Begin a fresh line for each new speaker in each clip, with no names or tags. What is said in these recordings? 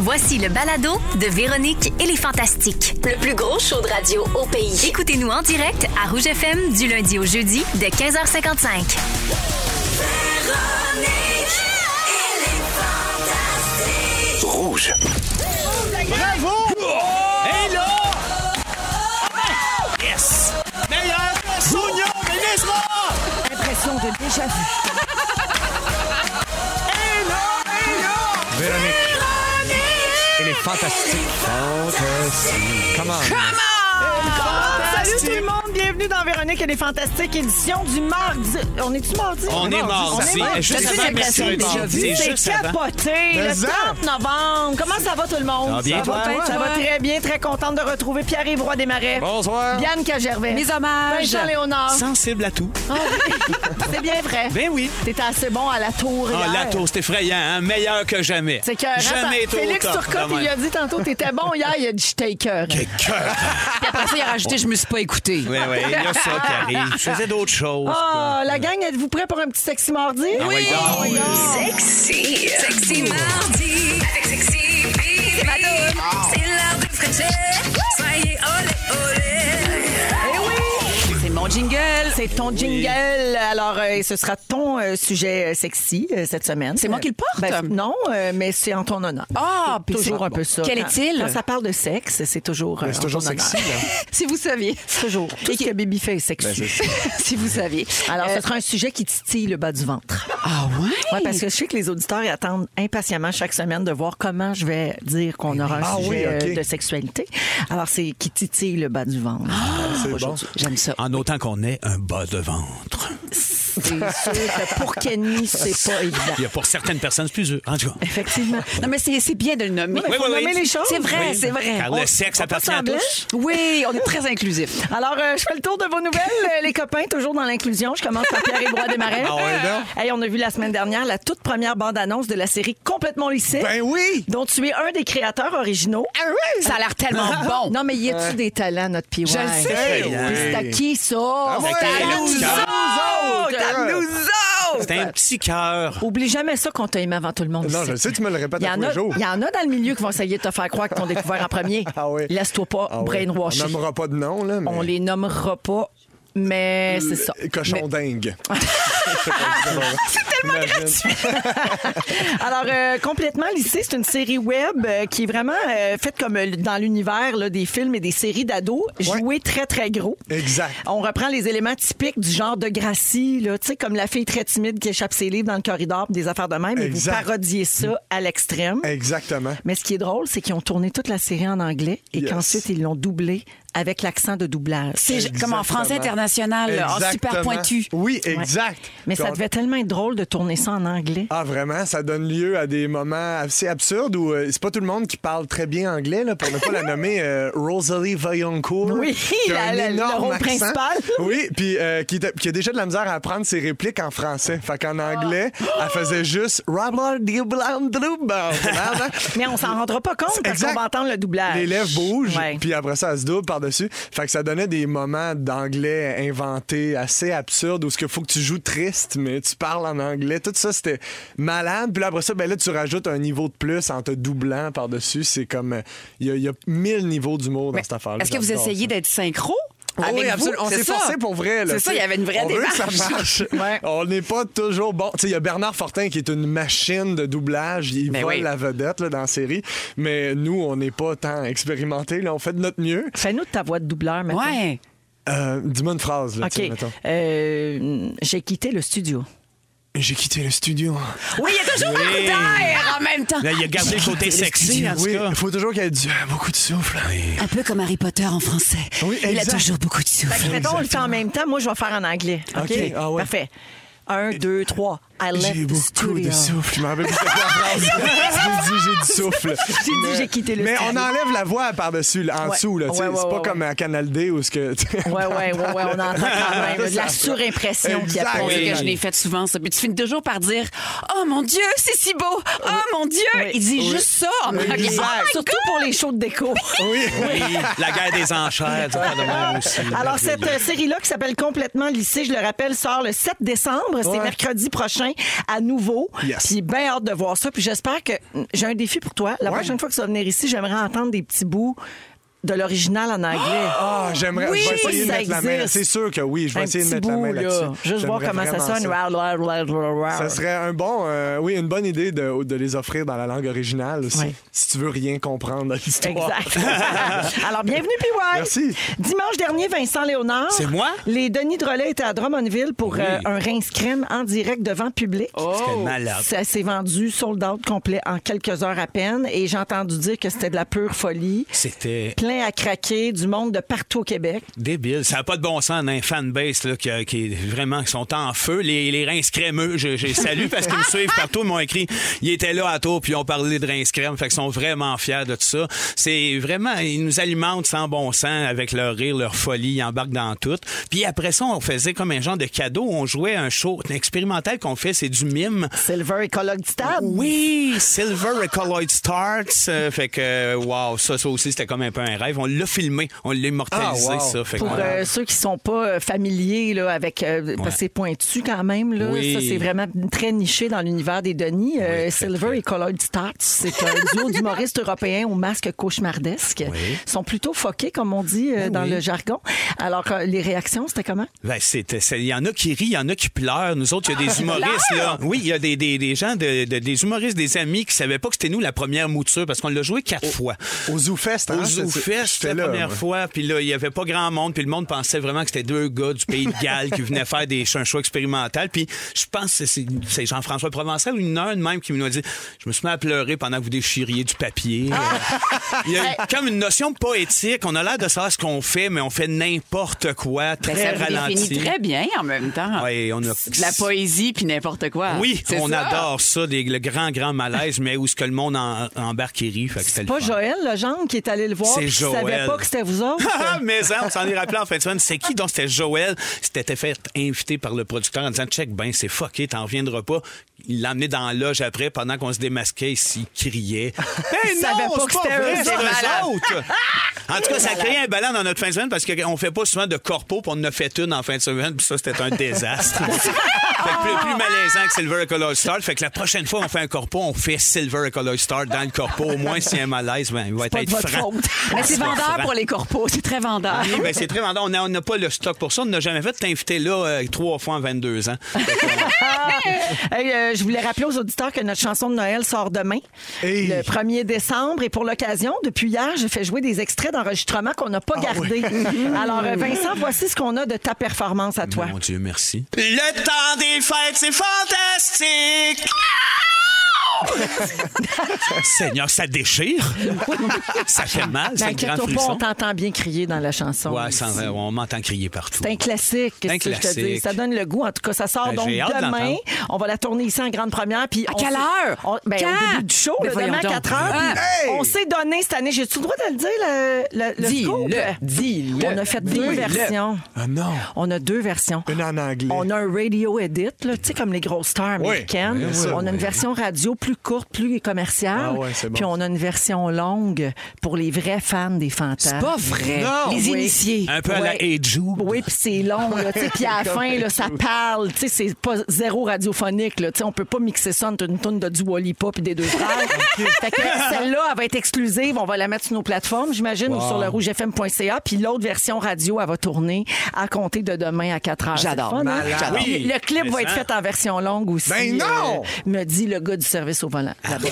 Voici le balado de Véronique et les Fantastiques.
Le plus gros show de radio au pays.
Écoutez-nous en direct à Rouge FM du lundi au jeudi de 15h55.
Rouge.
Bravo! Et là! Ah! Yes! Meilleur! Sonia Mélisma!
Impression de déjà vu.
Et là! Et là!
Véronique. Elle est fantastique. Fantastique. Comment?
Salut tout le monde, bienvenue dans Véronique et les Fantastiques, édition du mardi. On est-tu mardi?
On est mardi.
On est
Juste
J'ai
avant
juste l'impression
mercredi.
que j'ai
C'est
vu.
juste
C'est
avant.
capoté.
Mais
Le
ça.
30 novembre. Comment ça va tout le monde?
Ça va bien, toi?
bien, Ça va très bien. Très contente de retrouver Pierre-Yves Roy Desmarais.
Bonsoir.
Bianca Gervais.
Mes hommages.
Vincent Léonard.
Sensible à tout.
C'est bien vrai.
Ben oui.
T'étais assez bon à la tour.
Ah,
hier.
la tour, c'est effrayant, hein? Meilleur que jamais.
C'est que
Jamais été au
Félix
top,
Turcotte,
quand
il a dit tantôt, t'étais bon hier, il a dit, j'étais écœuré.
Puis après ça, il a rajouté Je me suis pas écouté.
Oui, oui, il y a ça qui arrive. Je faisais d'autres choses.
Ah, la gang, êtes-vous prêts pour un petit sexy mardi?
Oui. Ah, oui, donc.
Sexy. Sexy mardi. Avec Sexy Beat. Madame, C'est l'heure de Fréchette. Soyez olé olé.
Eh oui!
C'est mon jingle.
C'est ton jingle. Alors, euh, ce sera ton euh, sujet euh, sexy euh, cette semaine.
C'est moi qui le porte?
Ben, non, euh, mais c'est en ton honneur.
Ah,
C'est
puis
toujours
c'est-
un peu ça.
Quel
Quand-
est-il?
Quand ça parle de sexe, c'est toujours. euh, en
Ben, C'est toujours
ton honneur.
sexy, là. Ben,
Si vous saviez.
Toujours. Tout ce que Bibi fait est sexy.
si vous saviez.
Alors,
Euh,
ce sera un sujet qui titille le bas du ventre.
Ah ouais?
Oui, parce que je sais que les auditeurs ils attendent impatiemment chaque semaine de voir comment je vais dire qu'on aura un
Ah
sujet
oui, ok.
euh, de sexualité. Alors, c'est qui titille le bas du ventre.
Ah,
Ah,
C'est bon.
J'aime ça.
En autant qu'on ait un bas de ventre.
C'est sûr que pour Kenny, c'est pas évident.
Il y a pour certaines personnes, c'est plus eux. En tout cas.
Effectivement.
Non, mais c'est c'est bien de le nommer.
Oui,
oui, oui.
les choses.
C'est vrai,
Oui.
c'est vrai.
Car le sexe appartient à
semblant.
tous.
Oui, on est très inclusif.
Alors, euh, je fais le tour de vos nouvelles, euh, les copains, toujours dans l'inclusion. Je commence par Pierre Ébois des Marais.
Ah ouais, donc.
Hey, on a vu la semaine dernière la toute première bande-annonce de la série Complètement lycée.
Ben oui!
dont tu es un des créateurs originaux.
Ça a l'air tellement bon.
Non, mais y a-tu des talents, notre PY?
Je le sais.
Hey,
Puis
Ben oui.
C'est à qui, ça?
ouais,
C'est
à nous
autres.
C'est à nous autres!
C'est un petit cœur.
Oublie jamais ça qu'on t'a aimé avant tout le monde.
Non,
ici.
je sais, tu me le répètes
Il y,
à
en
tous
a,
les jours.
il y en a dans le milieu qui vont essayer de te faire croire qu'ils t'ont découvert en premier.
Ah oui.
Laisse-toi pas
Ah oui.
brainwasher.
On nommera pas de nom, là. Mais...
On les nommera pas, mais c'est ça.
Cochon dingue. c'est tellement gratuit.
Alors, euh, complètement lycée, c'est une série web euh, qui est vraiment euh, faite comme euh, dans l'univers là, des films et des séries d'ados, jouée très, très gros.
Exact.
On reprend les éléments typiques du genre de Gracie, là, tu sais, comme la fille très timide qui échappe ses livres dans le corridor, des affaires de même, et vous
Exact.
parodiez ça à l'extrême.
Exactement.
Mais ce qui est drôle, c'est qu'ils ont tourné toute la série en anglais et
Yes.
qu'ensuite ils l'ont doublé avec l'accent de doublage.
C'est j- comme en français international, en super
Exactement.
pointu.
Oui, exact.
Mais ça
Puis on-
devait tellement être drôle de tourner ça en anglais.
Ah, vraiment? Ça donne lieu à des moments assez absurdes où euh, c'est pas tout le monde qui parle très bien anglais, là, pour ne pas la nommer euh, Rosalie Vaillancourt.
Oui,
qui a
la-
un
la- le
énorme
rôle
accent.
principal.
Oui, puis euh, qui, était- qui a déjà de la misère à apprendre ses répliques en français. Fait qu'en anglais, elle faisait juste Robert ben,
Mais on s'en rendra pas compte parce
Exact.
qu'on va entendre le doublage.
Les lèvres bougent,
Ouais.
puis après ça, elle se double par-dessus. Fait que ça donnait des moments d'anglais inventés assez absurdes où ce que faut que tu joues triste, mais tu parles en anglais. Tout ça, c'était malade. Puis là, après ça, ben là, tu rajoutes un niveau de plus en te doublant par-dessus. C'est comme. euh, Il y, a- il y a mille niveaux d'humour dans
Mais
cette affaire-là.
Est-ce que vous
J'adore ça.
essayez d'être synchro?
Ah
avec
oui,
vous?
absolument. On
C'est
s'est
ça.
forcé pour vrai. là,
C'est ça,
tu
il y
sais.
avait une vraie
on veut
démarche.
que ça marche.
Ouais.
On n'est pas toujours bon. Tu sais, Il y a Bernard Fortin qui est une machine de doublage. Il
Ben
vole
oui.
la vedette là, dans la série. Mais nous, on n'est pas tant expérimentés. Là. On fait de notre mieux.
Fais-nous de ta voix de doubleur maintenant.
Ouais.
Euh, Dis-moi une phrase. Là, tu sais,
OK.
mettons.
Euh, J'ai quitté le studio.
J'ai quitté le studio.
Oui, il y a toujours un
Oui.
terre en même temps.
Là, il a gardé le côté sexy, en tout
oui,
cas.
il faut toujours qu'il y ait du- beaucoup de souffle.
Un peu comme Harry Potter en français.
Oui,
il a
exact.
toujours beaucoup de souffle.
Fait que mettons, on le fait en même temps. Moi, je vais faire en anglais. OK?
OK, ah ouais.
Parfait. Un, deux, trois. I
J'ai
left the
beaucoup
studio.
de souffle. Je m'en rappelle plus c'était quoi la phrase. J'ai dit j'ai du souffle.
J'ai dit, j'ai quitté le
Mais
stade.
on enlève la voix par-dessus, là, en
Ouais.
dessous. là, tu sais.
Ouais, ouais,
c'est pas
ouais,
comme à Canal D où ce que.
Ouais, ouais, ouais, ouais, on entend quand même. là, De la surimpression qui
Exact.
apparaît.
C'est
Ah Oui.
que je l'ai fait souvent, ça. Puis tu finis toujours par dire Oh mon Dieu, c'est si beau! Oh mon Dieu!
Oui.
Il dit juste ça en anglais. Ah,
Exact.
Oh Surtout pour les shows de déco.
Oui.
Oui, la guerre des enchères, du de même aussi.
Alors, cette euh, série-là qui s'appelle Complètement lycée, je le rappelle, sort le 7 décembre. C'est
Ouais.
mercredi prochain. à nouveau.
Yes.
Puis bien hâte de voir ça. Puis j'espère que j'ai un défi pour toi. La
Ouais.
prochaine fois que tu vas venir ici, j'aimerais entendre des petits bouts de l'original en anglais.
Ah, j'aimerais.
Oui,
je vais essayer de
ça
mettre la main.
existe.
C'est sûr que oui, je vais
un
essayer de
petit
mettre la
bout,
main
là.
là-dessus.
Juste voir
J'aimerais
comment ça
vraiment
sonne. Wow, wow, wow, wow, wow.
Ça serait un bon, euh, oui, une bonne idée de, de les offrir dans la langue originale aussi,
Ouais.
si tu veux rien comprendre de l'histoire.
Exact. Alors, bienvenue, PY.
Merci.
Dimanche dernier, Vincent Léonard.
C'est moi?
Les Denis Drolet étaient à Drummondville pour euh, un rince crème en direct devant public.
C'était Oh. malade.
Ça s'est vendu sold out complet en quelques heures à peine et j'ai entendu dire que c'était de la pure folie.
C'était
Plein à craquer du monde de partout au Québec.
débile. Ça n'a pas de bon sens, on a un fanbase là, qui, qui est vraiment qui sont en feu. Les, les rince crémeux, je, je les salue parce qu'ils me suivent partout. Ils m'ont écrit, ils étaient là à tour, puis ils ont parlé de rince crème. Fait qu'ils sont vraiment fiers de tout ça. C'est vraiment, ils nous alimentent sans bon sens avec leur rire, leur folie. Ils embarquent dans tout. Puis après ça, on faisait comme un genre de cadeau. On jouait un show un expérimental qu'on fait, c'est du mime.
Silver Ecologue Stable.
Oui, Silver Recolloid Starts. Euh, fait que, euh, wow, ça, ça aussi, c'était comme un peu un rêve. On l'a filmé, on l'a immortalisé,
Ah, wow.
ça. Fait que,
Pour
voilà.
euh, ceux qui sont pas euh, familiers là, avec euh, parce que c'est pointu quand même là,
Oui.
ça c'est vraiment très niché dans l'univers des Denis. Euh,
très,
Silver
très.
et Colored Stars, c'est un duo d'humoristes européens au masque cauchemardesque.
Oui.
Ils sont plutôt foqués comme on dit euh, dans
oui.
le jargon. Alors euh, les réactions c'était comment
Ben, c'était, c'est- il y en a qui rient, il y en a qui pleurent. Nous autres, il y a des humoristes, là. Oui, il y a des, des, des gens, de, de- des humoristes, des amis qui savaient pas que c'était nous la première mouture parce qu'on l'a joué quatre fois.
Au ZooFest, hein?
Au
c'est- c'est-
ZooFest,
j'étais
la
là,
première
moi.
fois. Puis là, il n'y avait pas grand monde. Puis le monde pensait vraiment que c'était deux gars du pays de Galles qui venaient faire des, un choix expérimental. Puis je pense que c'est- c'est Jean-François Provençal ou une heure de même qui nous a dit Je me suis mis à pleurer pendant que vous déchiriez du papier. Euh,
Ah!
Il y a comme une notion poétique. On a l'air de savoir ce qu'on fait, mais on fait n'importe quoi, très
Ben, ça vous
ralenti.
définit très bien en même temps.
Ouais, on a-
De La poésie puis n'importe quoi.
Oui,
C'est
on
ça.
adore ça, des- le grand, grand malaise, mais où ce que le monde en, embarque et rit. Fait que c'était le
Pas
fun.
Joël Legendre qui est allé le voir,
C'est
puis qui
Joël.
savait pas que c'était vous autres. euh,
Ah, mais ça, on s'en est rappelé en fin de semaine. C'est qui donc? C'était Joël. C'était fait invité par le producteur en disant check, ben c'est fucké, t'en reviendras pas. Il l'a emmené dans la loge après pendant qu'on se démasquait ici, il criait. Ben
Il savait
non,
pas que
c'est
c'était
pas vrai,
eux,
c'est
c'est
eux
malade.
autres. En tout cas, ça a créé un ballon dans notre fin de semaine parce qu'on fait pas souvent de corpo, puis on en a fait une en fin de semaine, puis ça, c'était un désastre. fait que plus, plus malaisant que Silver Color Star. Fait que la prochaine fois qu'on fait un corpo, on fait Silver Color Star dans le corpo. Au moins, s'il y a un malaise, ben, il va
pas
être
de votre
franc.
faute.
Mais c'est
Sois
vendeur
franc.
pour les corpos. C'est très vendeur.
Oui, ben c'est très vendeur. On n'a on n'a pas le stock pour ça. On n'a jamais fait t'inviter là euh, trois fois en 22 ans.
Hey, euh, je voulais rappeler aux auditeurs que notre chanson de Noël sort demain,
Hey.
le 1er décembre. Et pour l'occasion, depuis hier, j'ai fait jouer des extraits d'enregistrements qu'on n'a pas
Ah
gardés. Alors, euh, Vincent, voici ce qu'on a de ta performance à toi.
Mon Dieu, merci. Le temps des fêtes, c'est fantastique! Seigneur, ça déchire. ça fait mal, c'est un grand
T'inquiète Ben, pas, on
frisson.
t'entend bien crier dans la chanson.
Ouais, sans- on m'entend crier partout.
C'est un classique,
C'est un
qu'est-ce que je te
classique.
dis. Ça donne le goût. En tout cas, ça sort
Ben,
donc
j'ai hâte
demain.
d'entendre.
On va la tourner ici en grande première. Puis
À
on
quelle
sait-
heure?
on- ben,
Quand?
Au début du show,
Ben,
le demain à
voyons
4
donc.
heures. puis
Ah. Hey!
On s'est donné cette année. J'ai-tu le droit de le dire, le, le, le
Dis-le,
scoop?
dis-le.
On a fait deux
Dis-le.
versions.
Ah non!
On a deux versions.
Une en anglais.
On a un radio edit, là, tu sais, comme les grosses stars
Oui,
américaines.
bien sûr.
on a une version radio plus courte, plus commerciale.
Ah ouais, c'est bon.
Puis on a une version longue pour les vrais fans des fantasmes.
C'est pas vrai.
Non.
les
Oui.
initiés.
Oh, Un peu à la
Ouais.
Eju.
Oui, puis c'est long, là, tu sais, puis à la fin, là, ça parle, tu sais, c'est pas zéro radiophonique, là, tu sais, on peut pas mixer ça entre une tonne de du Pop et des deux frères. fait que celle-là, elle va être exclusive, on va la mettre sur nos plateformes, j'imagine, ou sur le rougefm.ca, puis l'autre version radio, elle va tourner à compter de demain à 4 heures.
J'adore.
C'est le fun, hein?
Malade.
Puis
Oui.
Le clip va
Mais
être
ça-
fait en version longue aussi. euh,
Ben non!
me dit le gars du service au volant.
Ah.
là-bas.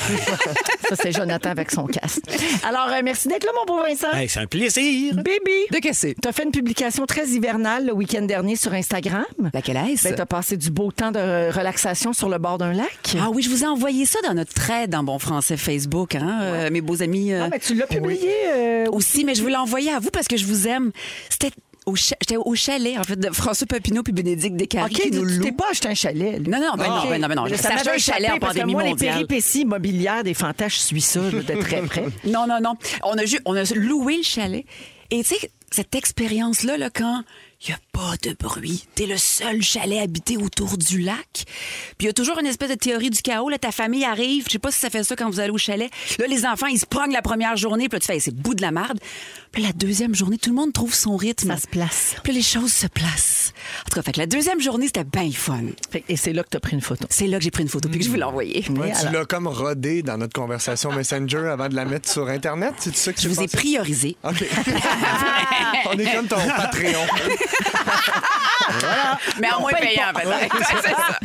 ça, c'est Jonathan avec son casque. Alors, euh, merci d'être là, mon beau Vincent.
Hey, c'est un plaisir.
Baby!
De casser.
T'as fait une publication très hivernale le week-end dernier sur Instagram.
Laquelle est-ce?
Ben, t'as passé du beau temps de euh, relaxation sur le bord d'un lac.
Ah oui, je vous ai envoyé ça dans notre thread en bon français Facebook, hein, euh, mes beaux amis. euh,
Ah, mais tu l'as publié. euh,
aussi, mais je vous l'ai envoyé à vous parce que je vous aime. C'était au, cha- j'étais au chalet, en fait, de François Papineau puis Bénédicte Descaries
OK,
qui nous
tu t'es
louent.
pas acheté un chalet. là.
Non, non, ben non, ben non, ben non.
Mais
Ça
m'avait
fait un chalet
échappé
en
parce que
pandémie
moi, les
mondiale.
péripéties immobilières des fantasmes, je suis ça là, de très près.
Non, non, non. On a, ju- on a loué le chalet. Et tu sais, cette expérience-là, là, quand il n'y a pas de bruit, t'es le seul chalet habité autour du lac. Puis il y a toujours une espèce de théorie du chaos. Là, ta famille arrive. Je sais pas si ça fait ça quand vous allez au chalet. Là, les enfants, ils se pognent la première journée. Puis là, tu fais, Hey, c'est bout de la marde. Puis la deuxième journée, tout le monde trouve son rythme.
Ça se place.
Puis les choses se placent. En tout cas, fait que la deuxième journée, c'était bien fun.
Fait- Et c'est là que tu as pris une photo.
C'est là que j'ai pris une photo puis que je vous l'ai envoyée.
Ouais, tu
alors.
l'as comme rodé dans notre conversation Messenger avant de la mettre sur Internet. C'est ça que
Je
tu Ah.
vous ai priorisé.
OK. On est comme ton Patreon.
Mais en moins
paye
payant, peut-être. Ouais, c'est ça.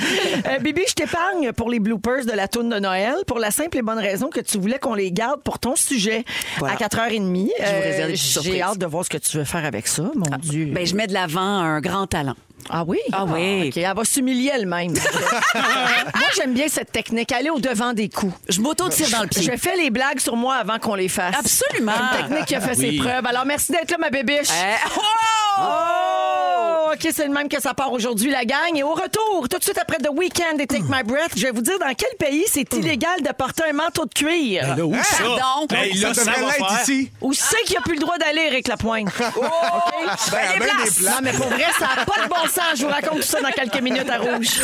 Euh, Bibi, je t'épargne pour les bloopers de la toune de Noël pour la simple et bonne raison que tu voulais qu'on les garde pour ton sujet
Voilà.
à 4h30.
vous réserve des petites
Euh, J'ai
surprises.
hâte de voir ce que tu veux faire avec ça, mon Dieu.
Ben, je mets de l'avant un grand talent.
ah oui?
Ah oui.
OK, elle va s'humilier elle-même. Moi, j'aime bien cette technique, aller au-devant des coups.
Je m'auto-tire dans le pied.
Je fais les blagues sur moi avant qu'on les fasse.
Absolument.
C'est Une technique qui a fait ses
Oui.
preuves. Alors, merci d'être là, ma bébiche.
Eh, oh!
Oh, OK, c'est le même que ça part aujourd'hui, la gang. Et au retour, tout de suite après The Weekend et Take My Breath, je vais vous dire dans quel pays c'est illégal de porter un manteau de cuir.
Ben Là, où ça?
pardon.
Hey, là, ça,
ça devrait
va
l'être
faire.
ici.
Où c'est qu'il n'y a plus le droit d'aller, Éric Lapointe? OK?
Ah,
Ben, à ben des
Non,
places.
mais pour vrai, ça n'a pas de bon sens. Je vous raconte tout ça dans quelques minutes à Rouge.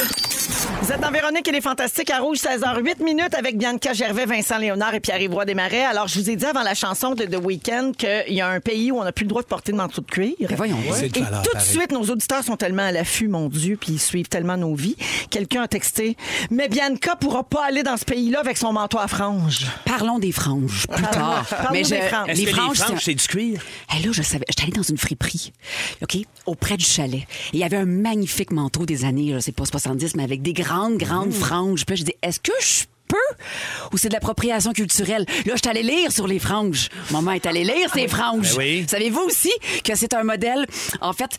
Vous êtes dans Véronique et les Fantastiques à Rouge, 16h08 minutes avec Bianca Gervais, Vincent Léonard et Pierre-Yves des Marais. Alors, je vous ai dit avant la chanson de The Weeknd qu'il y a un pays où on n'a plus le droit de porter de manteau de cuir.
Mais voyons donc.
C'est
Et
de valeur,
tout de
pareil.
suite, nos auditeurs sont tellement à l'affût, mon Dieu, puis ils suivent tellement nos vies. Quelqu'un a texté Mais Bianca pourra pas aller dans ce pays-là avec son manteau à franges.
Parlons des franges plus tard.
Parlons des franges.
Est-ce que les franges, c'est du cuir?
Hey, Eh, là, je savais. J'étais allée dans une friperie, OK, auprès du chalet. Et il y avait un magnifique manteau des années, je sais pas, 70, mais avec des grandes, grandes
Mm.
franges. Puis là, je dis, est-ce que je peux? Ou c'est de l'appropriation culturelle? Là, je suis allée lire sur les franges. Maman est allée lire
Ah
ces franges.
Ben oui.
Savez-vous aussi que c'est un modèle, en fait,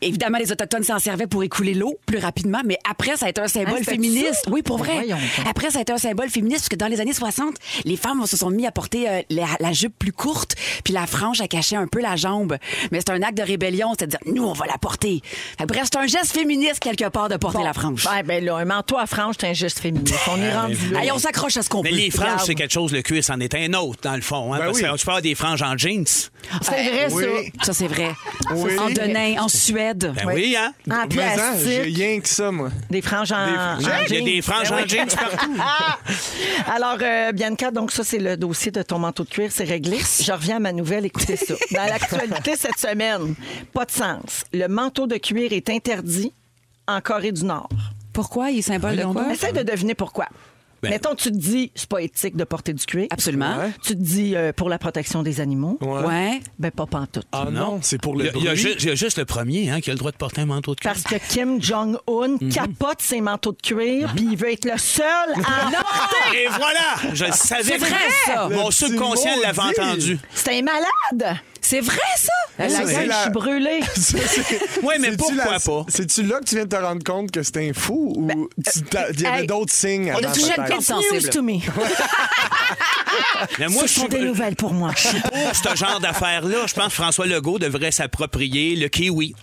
évidemment, les Autochtones s'en servaient pour écouler l'eau plus rapidement, mais après, ça a été un symbole
Ah, c'était
féministe.
ça?
Oui, pour
Ben
vrai.
voyons donc.
Après, ça a été un symbole féministe parce que dans les années 60, les femmes se sont mis à porter euh, la, la jupe plus courte, puis la frange à cacher un peu la jambe. Mais c'est un acte de rébellion, c'est-à-dire nous on va la porter. Fait que Bref, c'est un geste féministe quelque part de porter la frange.
Ouais, ben là, un manteau à franges, c'est un geste féminin. On
Ah,
est rendu là.
Allez, on s'accroche à ce qu'on peut.
Mais les franges,
Regarde.
c'est quelque chose, le cuir, c'en est un autre, dans le fond. Hein,
Ben
parce
oui.
que tu peux avoir des franges en jeans.
C'est vrai,
Oui.
Ça c'est vrai.
Oui.
En Denain, en Suède.
Ben oui, hein?
ça. En
Mais hein, j'ai
plastique,
rien que ça, moi.
des franges en, en
franges.
Ah, Il y a
jeans.
des franges
Ben oui.
en jeans partout.
Alors, euh, Bianca, donc ça, c'est le dossier de ton manteau de cuir, c'est réglé. Je reviens à ma nouvelle, écoutez ça. Dans l'actualité cette semaine, pas de sens. Le manteau de cuir est interdit en Corée du Nord.
Pourquoi il est symbole de quoi
Essaye de deviner pourquoi.
Ben-
Mettons, tu te dis, c'est pas éthique de porter du cuir.
Absolument.
Ouais.
Tu te dis, euh, pour la protection des animaux.
Ouais.
Ben, pas pantoute.
Ah non, c'est pour
Il y
le
a- il y, a
bruit.
ju- il y a juste le premier hein, qui a le droit de porter un manteau de cuir.
Parce que Kim Jong-un capote ses manteaux de cuir, puis il veut être le seul à en porter.
Et voilà! Je le savais
vrai,
que-
ça!
Mon
Le
subconscient
petit
l'avait
maudit.
entendu.
C'est un malade!
C'est vrai ça.
La
Ça,
gueule,
c'est
je
la-
suis brûlée.
Ça, c'est-
Oui, mais
c'est-tu
pourquoi
la-
pas?
C'est-tu là que tu viens de te rendre compte que c'était un fou ou tu t'as- il y avait
hey,
d'autres signes
Ben, euh, on a
avant,
touché le
peut-être?
It's
News
sensible.
to me.
Mais moi, je
Ce sont
suis
des nouvelles pour moi.
pour ce genre d'affaires-là. Je pense que François Legault devrait s'approprier le kiwi.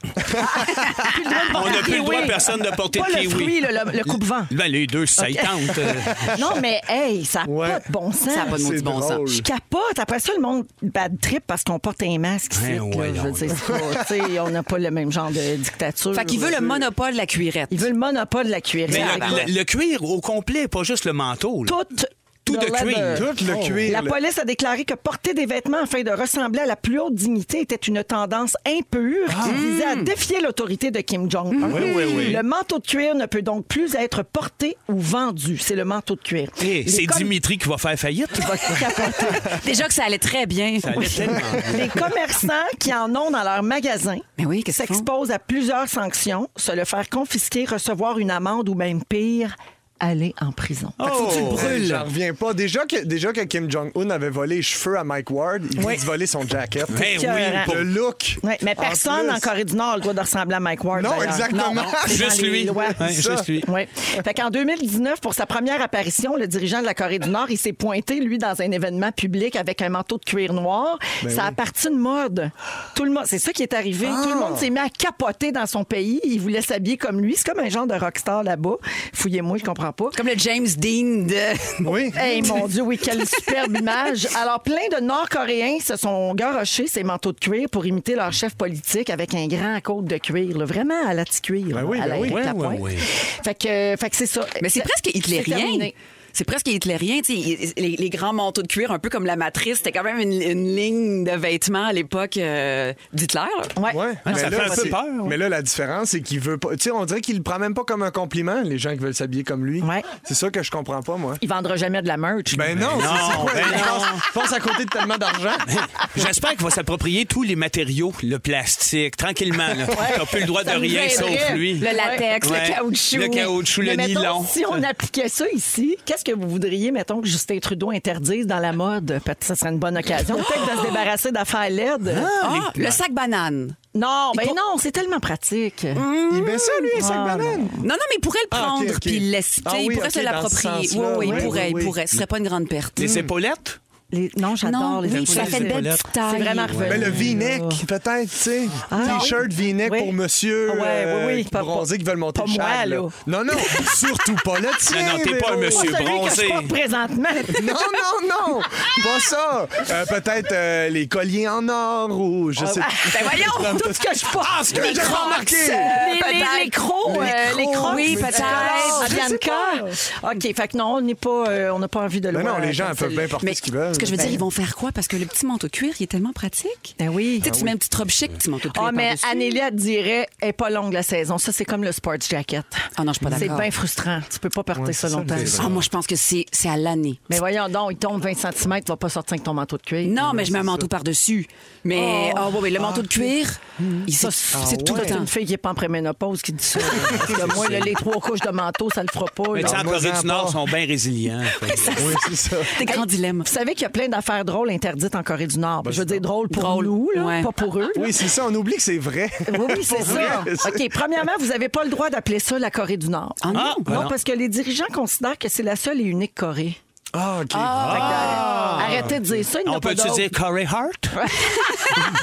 On n'a plus le droit,
Kiwi.
personne, de porter
Pas
de
le
kiwi.
fruit, le- le- le coupe-vent.
Ben, les deux, euh. ça y tente.
Non, mais hey, ça n'a
Ouais.
pas de bon sens.
Ça a pas de
C'est
maudit bon
drôle.
sens.
Je capote. Après ça, le monde bad trip parce qu'on porte un masque ici.
Ben,
là.
voyons
Je veux dire, c'est pas- tu sais, on n'a pas le même genre de dictature.
Fait qu'il veut le monopole de la cuirette.
Il veut le monopole de la cuirette.
Mais
Avec
le, le- le cuir au complet, pas juste le manteau. là.
Tout,
Tout de
leather.
cuir.
Tout le
Oh.
cuir.
La
là.
police a déclaré que porter des vêtements afin de ressembler à la plus haute dignité était une tendance impure qui visait à défier l'autorité de Kim Jong-un.
Ah. Hmm. Oui, oui, oui.
Le manteau de cuir ne peut donc plus être porté ou vendu. C'est le manteau de cuir. Les
Hey, Eh, c'est
com-
Dimitri qui va faire faillite.
qui va se capoter.
Déjà que ça allait très bien.
Ça allait tellement bien.
Les commerçants qui en ont dans leur magasin
Mais oui, qu'est-ce qu'ils font?
s'exposent à plusieurs sanctions, se le faire confisquer, recevoir une amende ou même pire, aller en prison.
Faut que tu le
Oh!
brûles.
J'en reviens pas. Déjà que, déjà que Kim Jong-un avait volé les cheveux à Mike Ward, il voulait voler son jacket.
Ben oui,
Écœurant.
pour-
Le look.
Ouais, mais
En
personne
plus.
en Corée du Nord a le droit de ressembler à Mike Ward.
Non,
d'ailleurs.
exactement.
c'est dans
Juste
les
lui.
lois.
Ouais,
Ça.
juste lui.
Ouais. Fait qu'en 2019, pour sa première apparition, le dirigeant de la Corée du Nord, il s'est pointé, lui, dans un événement public avec un manteau de cuir noir.
Ben
ça a parti de mode. Tout le monde, c'est ça qui est arrivé. Tout
Ah!
le monde s'est mis à capoter dans son pays. Il voulait s'habiller comme lui. C'est comme un genre de rockstar là-bas. Fouillez-moi, je comprends pas.
Comme le James Dean de.
Oui.
Hey, mon Dieu, oui, quelle superbe image. Alors, plein de Nord-Coréens se sont garochés ces manteaux de cuir pour imiter leur chef politique avec un grand côte de cuir, là, vraiment à la cuir
Ben oui,
à
ben
la
oui.
avec la
Ouais, ouais,
pointe.
ouais.
Fait que, fait que c'est ça.
Mais c'est presque
C'est
hitlérien.
terminé.
c'est presque hitlérien. tu sais, il- Les, les grands manteaux de cuir, un peu comme la matrice, c'était quand même une, une ligne de vêtements à l'époque euh, d'Hitler. là.
Ouais.
Ouais.
Ah, ça fait un peu
c'est-
peur, ouais.
Mais là, la différence, c'est qu'il veut pas. Tu sais, on dirait qu'il le prend même pas comme un compliment, les gens qui veulent s'habiller comme lui.
Ouais.
C'est ça que je comprends pas, moi.
Il vendra jamais de la merch.
Ben non, c'est-
non,
c'est quoi?
ben
je
non.
pense, je pense à côté de tellement d'argent.
J'espère qu'il va s'approprier tous les matériaux, le plastique, tranquillement. là. T'as plus le droit de
me
rien
gênerait.
sauf lui.
Le latex,
Ouais.
le caoutchouc.
Le caoutchouc, le
Mais mettons,
nylon.
si on appliquait ça ici, qu'est-ce que vous voudriez, mettons, que Justin Trudeau interdise dans la mode? Peut-être que ça serait une bonne
Oh!
occasion. Peut-être de se débarrasser d'affaires LED.
Ah, le sac banane.
Non, ben
Il faut- Mm.
non, c'est tellement pratique.
Il met ça, lui, un sac
Ah,
banane.
Non, non, mais il pourrait le
Ah, ok,
prendre
ok.
puis le laisser.
Ah
il
oui,
pourrait
ok,
se
dans ce
l'approprier. Oui,
sens-là,
oui,
oui,
il pourrait,
oui,
il
oui.
pourrait. Ce serait pas une grande perte.
Les épaulettes?
Les- Non, j'adore
Non,
les
Hmm. oui, ça
épaulettes.
fait de belles petites tailles.
C'est vraiment revenu.
Mais Ben, le V-neck, peut-être, tu sais.
Ben, Ah,
T-shirt
oui.
V-neck
Oui.
pour monsieur
Ouais,
euh,
oui, oui, pas-
bronzé qui veulent monter
pas
le
moi,
char,
là.
Non, non, surtout pas le tien.
Non, non, t'es pas
Véro.
un
Pas
monsieur.
celui que
bronzé.
je porte présentement.
Non, non, non, pas ça. Euh, peut-être euh, les colliers en or ou je sais pas.
Ben voyons, tout ce que je porte.
Ah, ce que j'ai remarqué!
les, les, les crocs,
Les
euh, les
crocs,
crocs.
oui,
euh,
peut-être.
à
Je sais
Bianca. OK, fait que non, on n'est pas, euh, on n'a pas envie de le
Mais
voir.
Ben
euh,
non, les gens
comme
peuvent
celui-là.
bien porter
Mais
ce qu'ils veulent.
ce que je veux dire,
Ben-
ils vont faire quoi? Parce que le petit manteau de cuir, il est tellement pratique.
Ben oui.
Tu
Ah
sais, tu mets une petite robe chic, petit manteau de cuir.
Ah, mais
par-dessus.
Anélie, elle te dirait, elle est pas longue la saison. Ça, c'est comme le sports jacket.
Ah non, je suis pas
C'est
d'accord.
bien frustrant. Tu peux pas porter ça longtemps.
Ah, moi, je pense que c'est c'est à l'année.
Mais voyons donc, il tombe 20 cm, tu vas pas sortir avec ton manteau de cuir.
Non, mais je mets un manteau par-dessus. Mais, oh, bon, mais le manteau de cuir, il c'est c'est tout le
C'est
temps.
une fille qui est pas en préménopause qui dit ça. Parce que moi, là, les trois couches de manteau, ça le fera pas.
Mais
là.
tu sais, en
moi,
Corée
j'en
du Nord,
pas.
sont bien résilients. Fait que-
Oui, c'est ça.
Des grands dilemmes.
Vous savez qu'il y a plein d'affaires drôles interdites en Corée du Nord. je veux dire drôles pour
Drôle.
nous, là,
Ouais.
pas pour eux. là.
Oui, c'est ça. On oublie que c'est vrai.
Oui, oui, c'est
Pour
ça.
vrai.
OK, premièrement, vous n'avez pas le droit d'appeler ça la Corée du Nord.
Ah, non.
Ah, ben
non,
non.
parce que les dirigeants considèrent que c'est la seule et unique Corée.
Ah, OK.
Fait que, euh, arrêtez de dire ça, il n'y en
On
a pas
peut-tu
d'autre.
dire Corey Hart?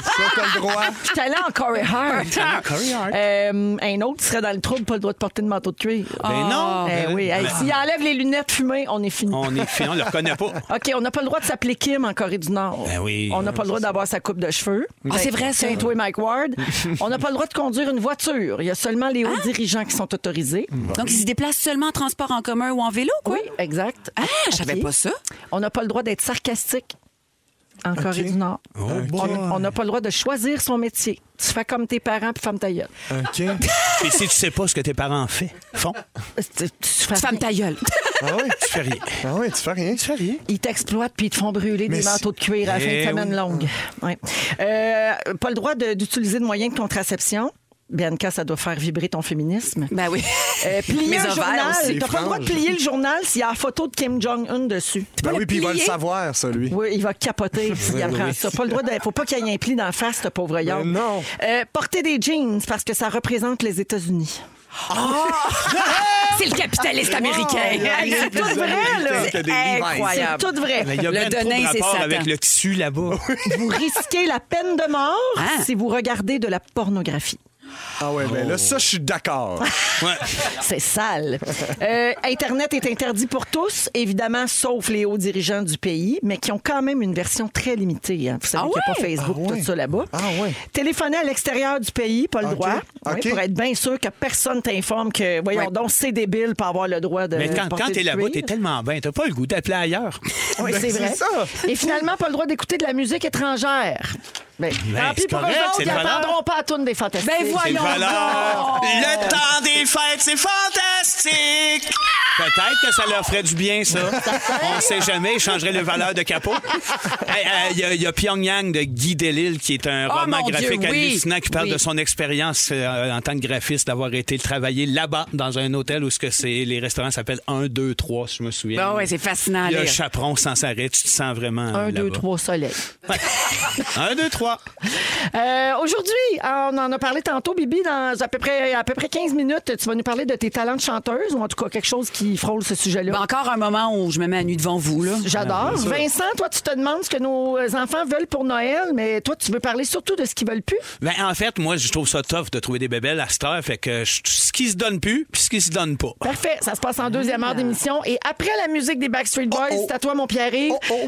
Ça, t'as le droit.
Je suis allée en Corey Hart. Euh, un autre qui serait dans le trouble, pas le droit de porter de manteau de cuir.
Ben non.
Eh oui, hey, s'il enlève les lunettes fumées, on est fini.
On est fin, on le reconnaît pas.
OK, on n'a pas le droit de s'appeler Kim en Corée du Nord.
Ben oui.
On n'a pas le droit d'avoir sa coupe de cheveux.
Ah, c'est vrai, ça.
Saint et Mike Ward. on n'a pas le droit de conduire une voiture. Il y a seulement les
Ah!
hauts dirigeants qui sont autorisés.
Donc, ils se déplacent seulement en transport en commun ou en vélo, quoi?
Oui, exact.
Ah, je savais
OK.
pas ça.
On n'a pas le droit d'être sarcastique en Corée du Nord.
Oh.
On- On n'a pas le droit de choisir son métier. Tu fais comme tes parents puis femme ta gueule.
OK.
Et si tu sais pas ce que tes parents fait, font,
Euh, Tu- tu fais-
Tu fermes ta gueule.
Ah oui.
tu fais rien.
Ah oui, tu fais rien. Tu fais rien.
Ils t'exploitent puis ils te font brûler
Mais
des
c'est-
manteaux de cuir à la fin de
Eh
semaine longue. Ouais. Euh, pas le droit de- d'utiliser de moyens de contraception. Bianca, ça doit faire vibrer ton féminisme.
Ben oui.
Euh, plier
Mes
le
ovaires
journal.
aussi,
T'as pas le droit de
franges.
plier le journal s'il y a la photo de Kim Jong-un dessus.
Ben oui, puis il va le
plier.
savoir, ça, lui.
Oui, il va capoter s'il apprend ça. Pas le droit de, faut pas qu'il y ait un pli dans la face, ce pauvre yard.
non.
Euh, porter des jeans parce que ça représente les États-Unis.
C'est le capitaliste américain.
c'est tout vrai, là.
C'est
C'est
incroyable.
tout vrai.
Il y
Le
a bien trop
Denain,
de
c'est
rapport
Satan.
avec le tissu là-bas.
Vous risquez la peine de mort
Hein?
si vous regardez de la pornographie.
Ah ouais, ben là, ça, je suis d'accord.
Ouais.
C'est sale. Euh, Internet est interdit pour tous, évidemment, sauf les hauts dirigeants du pays, mais qui ont quand même une version très limitée. hein. Vous savez
Ah
qu'il n'y a pas Facebook,
Ah ouais?
tout ça là-bas.
Ah ouais.
Téléphoner à l'extérieur du pays, pas le
OK.
droit. Oui,
OK.
pour être bien sûr que personne t'informe que, voyons
Ouais.
donc, c'est débile pas avoir le droit de.
Mais quand,
porter
quand t'es
du
là-bas,
cuir.
t'es tellement bien. T'as pas le goût d'appeler ailleurs.
Oui,
Ben,
c'est
c'est
vrai.
ça.
Et finalement, pas le droit d'écouter de la musique étrangère. Ben,
Ben,
tant pis
c'est
pour
correct,
eux autres,
c'est
ils
le bonheur.
n'entendront pas la tourne des fantastiques.
Ben
C'est une
voyons
valeur.
donc.
Le temps des fêtes, c'est fantastique. Peut-être que ça leur ferait du bien, ça. On sait jamais. Ils changeraient les valeurs de capot. Hey, hey, Il y a- il y, a Pyongyang de Guy Delisle, qui est un
Oh,
roman
mon Dieu,
graphique
oui.
hallucinant qui parle
Oui.
de son expérience euh, en tant que graphiste, d'avoir été travailler là-bas, dans un hôtel où ce que c'est, les restaurants s'appellent 1, 2, 3, si je me souviens.
Ben ouais, c'est fascinant. à
Il y a
lire.
chaperon sans arrêt. Tu te sens vraiment. euh,
Un, deux, trois soleils.
1, 2, 3.
Euh, Aujourd'hui, on en a parlé tantôt, Bibi, dans à peu, près, à peu près 15 minutes. Tu vas nous parler de tes talents de chanteuse ou en tout cas quelque chose qui frôle ce sujet-là.
Ben, encore un moment où je me mets à nu devant vous, là.
Ah,
J'adore. Vincent, toi, tu te demandes ce que nos enfants veulent pour Noël, mais toi, tu veux parler surtout de ce qu'ils veulent plus.
Ben, en fait, moi, je trouve ça tough de trouver des bébelles à cette heure. Fait que je- ce qui se donne plus, puis ce qui se donne pas.
Parfait. Ça se passe en deuxième heure d'émission. Et après la musique des Backstreet
Oh,
Boys, c'est à toi, mon pierre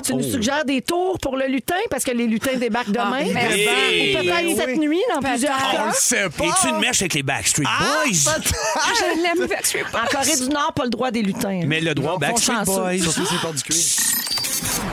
Tu nous suggères des tours pour le lutin parce que les lutins débarquent demain.
merci.
Et Ah, peut-être
Ben Oui.
cette nuit dans plusieurs
Peut-être.
On
cas. Ah,
le sait pas. Ah,
Es-tu une mèche avec les Backstreet Boys?
Je l'aime, fait que je suis pas-
En Corée du Nord, pas le droit droit des lutins.
Mais le droit
Ils
aux
sont
Backstreet
chanceux.
Boys.
Surtout c'est par du cuir.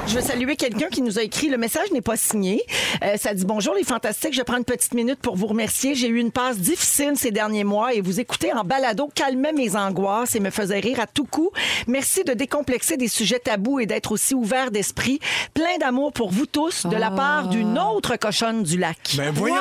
Je veux saluer quelqu'un qui nous a écrit. Le message n'est pas signé. Euh, ça dit Bonjour les fantastiques, je prends une petite minute pour vous remercier. J'ai eu une passe difficile ces derniers mois et vous écouter en balado calmait mes angoisses et me faisait rire à tout coup. Merci de décomplexer des sujets tabous et d'être aussi ouvert d'esprit. Plein d'amour pour vous tous de la part d'une autre cochonne du lac. Ah,
Ah. Ben voyons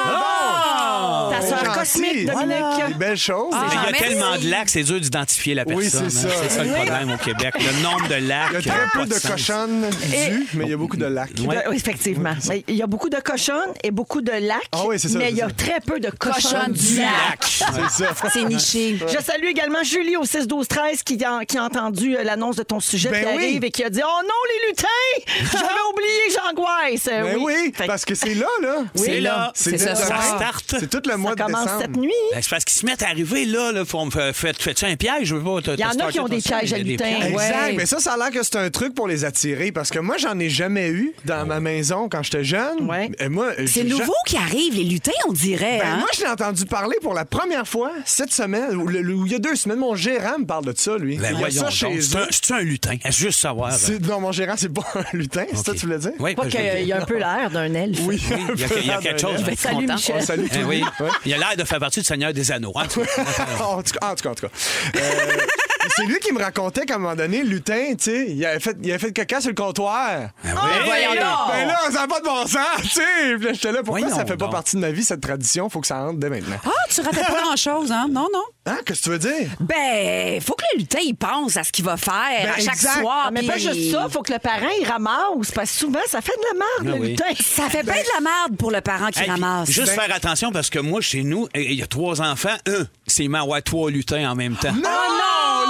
donc!
Ta sœur
Gentil.
cosmique, Dominique.
Des belles choses.
Mais il y a
merci.
tellement de lacs, c'est dur d'identifier la
Ah, Oui,
personne.
c'est
hein.
ça.
C'est ça le
Oui.
problème au Québec. Le nombre de lacs.
Il y a
euh,
très peu
pas
de
sens.
cochonnes du, mais il y a beaucoup de lacs.
Ouais.
De- oui, effectivement. Mais Il y a beaucoup de cochonnes et beaucoup de lacs,
Ah oui, c'est ça,
mais
c'est
il y a
ça.
très peu de cochonnes
Cochonnes
du
du
lac.
Lacs.
C'est ça.
Ah, C'est niché.
Je salue également Julie au 6-12-13 qui, a- qui a entendu euh, l'annonce de ton sujet
Ben
qui
oui.
arrive et qui a dit Oh non, les lutins J'avais oublié j'angoisse. Euh,
Ben oui,
Fait que
parce que c'est là, là.
C'est là.
C'est
C'est
dès
ce
demain.
soir. Ça starte.
C'est tout le
ça
mois de
commence
décembre.
cette nuit.
Ben, c'est parce qu'ils se mettent à arriver là. là faut me faire- faites- Faites-tu un piège? Je veux pas te-
Il y en a
te
qui
stalker
ont des
ton soir,
pièges à
il y a des
lutins.
pièges.
Ouais.
Exact. Mais ça, ça a l'air que c'est un truc pour les attirer parce que moi, j'en ai jamais eu dans ma maison quand j'étais jeune.
Ouais.
Et moi,
C'est
je-
nouveau qui arrive, les lutins, on dirait.
Ben,
hein?
Moi, je l'ai entendu parler pour la première fois cette semaine, ou le- ou il y a deux semaines. Mon gérant me parle de ça, lui.
Ben,
il y a
voyons
ça
donc.
chez
C'est
eux.
un- C'est-tu un lutin? Est-ce juste savoir? euh,
C'est- Non, mon gérant, c'est pas un lutin, c'est ça que tu voulais dire?
Oui,
Pas
ben, je veux
qu'il y
dire.
a un peu l'air d'un elfe.
Oui, Ah,
Il y a- il y a quelque chose.
Ben,
Je suis
salut,
content.
Michel.
On salue Oh, tout
Eh
le
oui.
monde. Ouais.
Il a l'air de faire partie du Seigneur des Anneaux. hein, tu vois.
en, tout cas, en tout cas, en tout cas. Euh, c'est lui qui me racontait qu'à un moment donné, le lutin, tu sais, il avait fait, il avait fait caca sur le comptoir.
Ben
Ah,
Ben
oui.
Ben là, ça n'a pas de bon sens, tu sais. Puis là, j'étais là, pourquoi
Voyons
ça fait pas
donc.
partie de ma vie, cette tradition? Faut que ça rentre dès maintenant.
Ah, tu ratais pas grand-chose, hein? Non, non.
Hein? Qu'est-ce que tu veux dire?
Ben, faut que le lutin, il pense à ce qu'il va faire
Ben,
à chaque
exact.
soir.
Ah, mais
puis-
pas juste ça, faut que le parent il ramasse parce que souvent ça fait de la
Ben
merde
Ah
le
oui.
lutin.
Ça fait bien de la merde pour le parent qui
Hey, puis
ramasse.
Juste
Ben-
faire attention parce que moi, chez nous, eh, il y a trois enfants. Un, c'est ma ouais, trois lutins en même temps.
Oh non!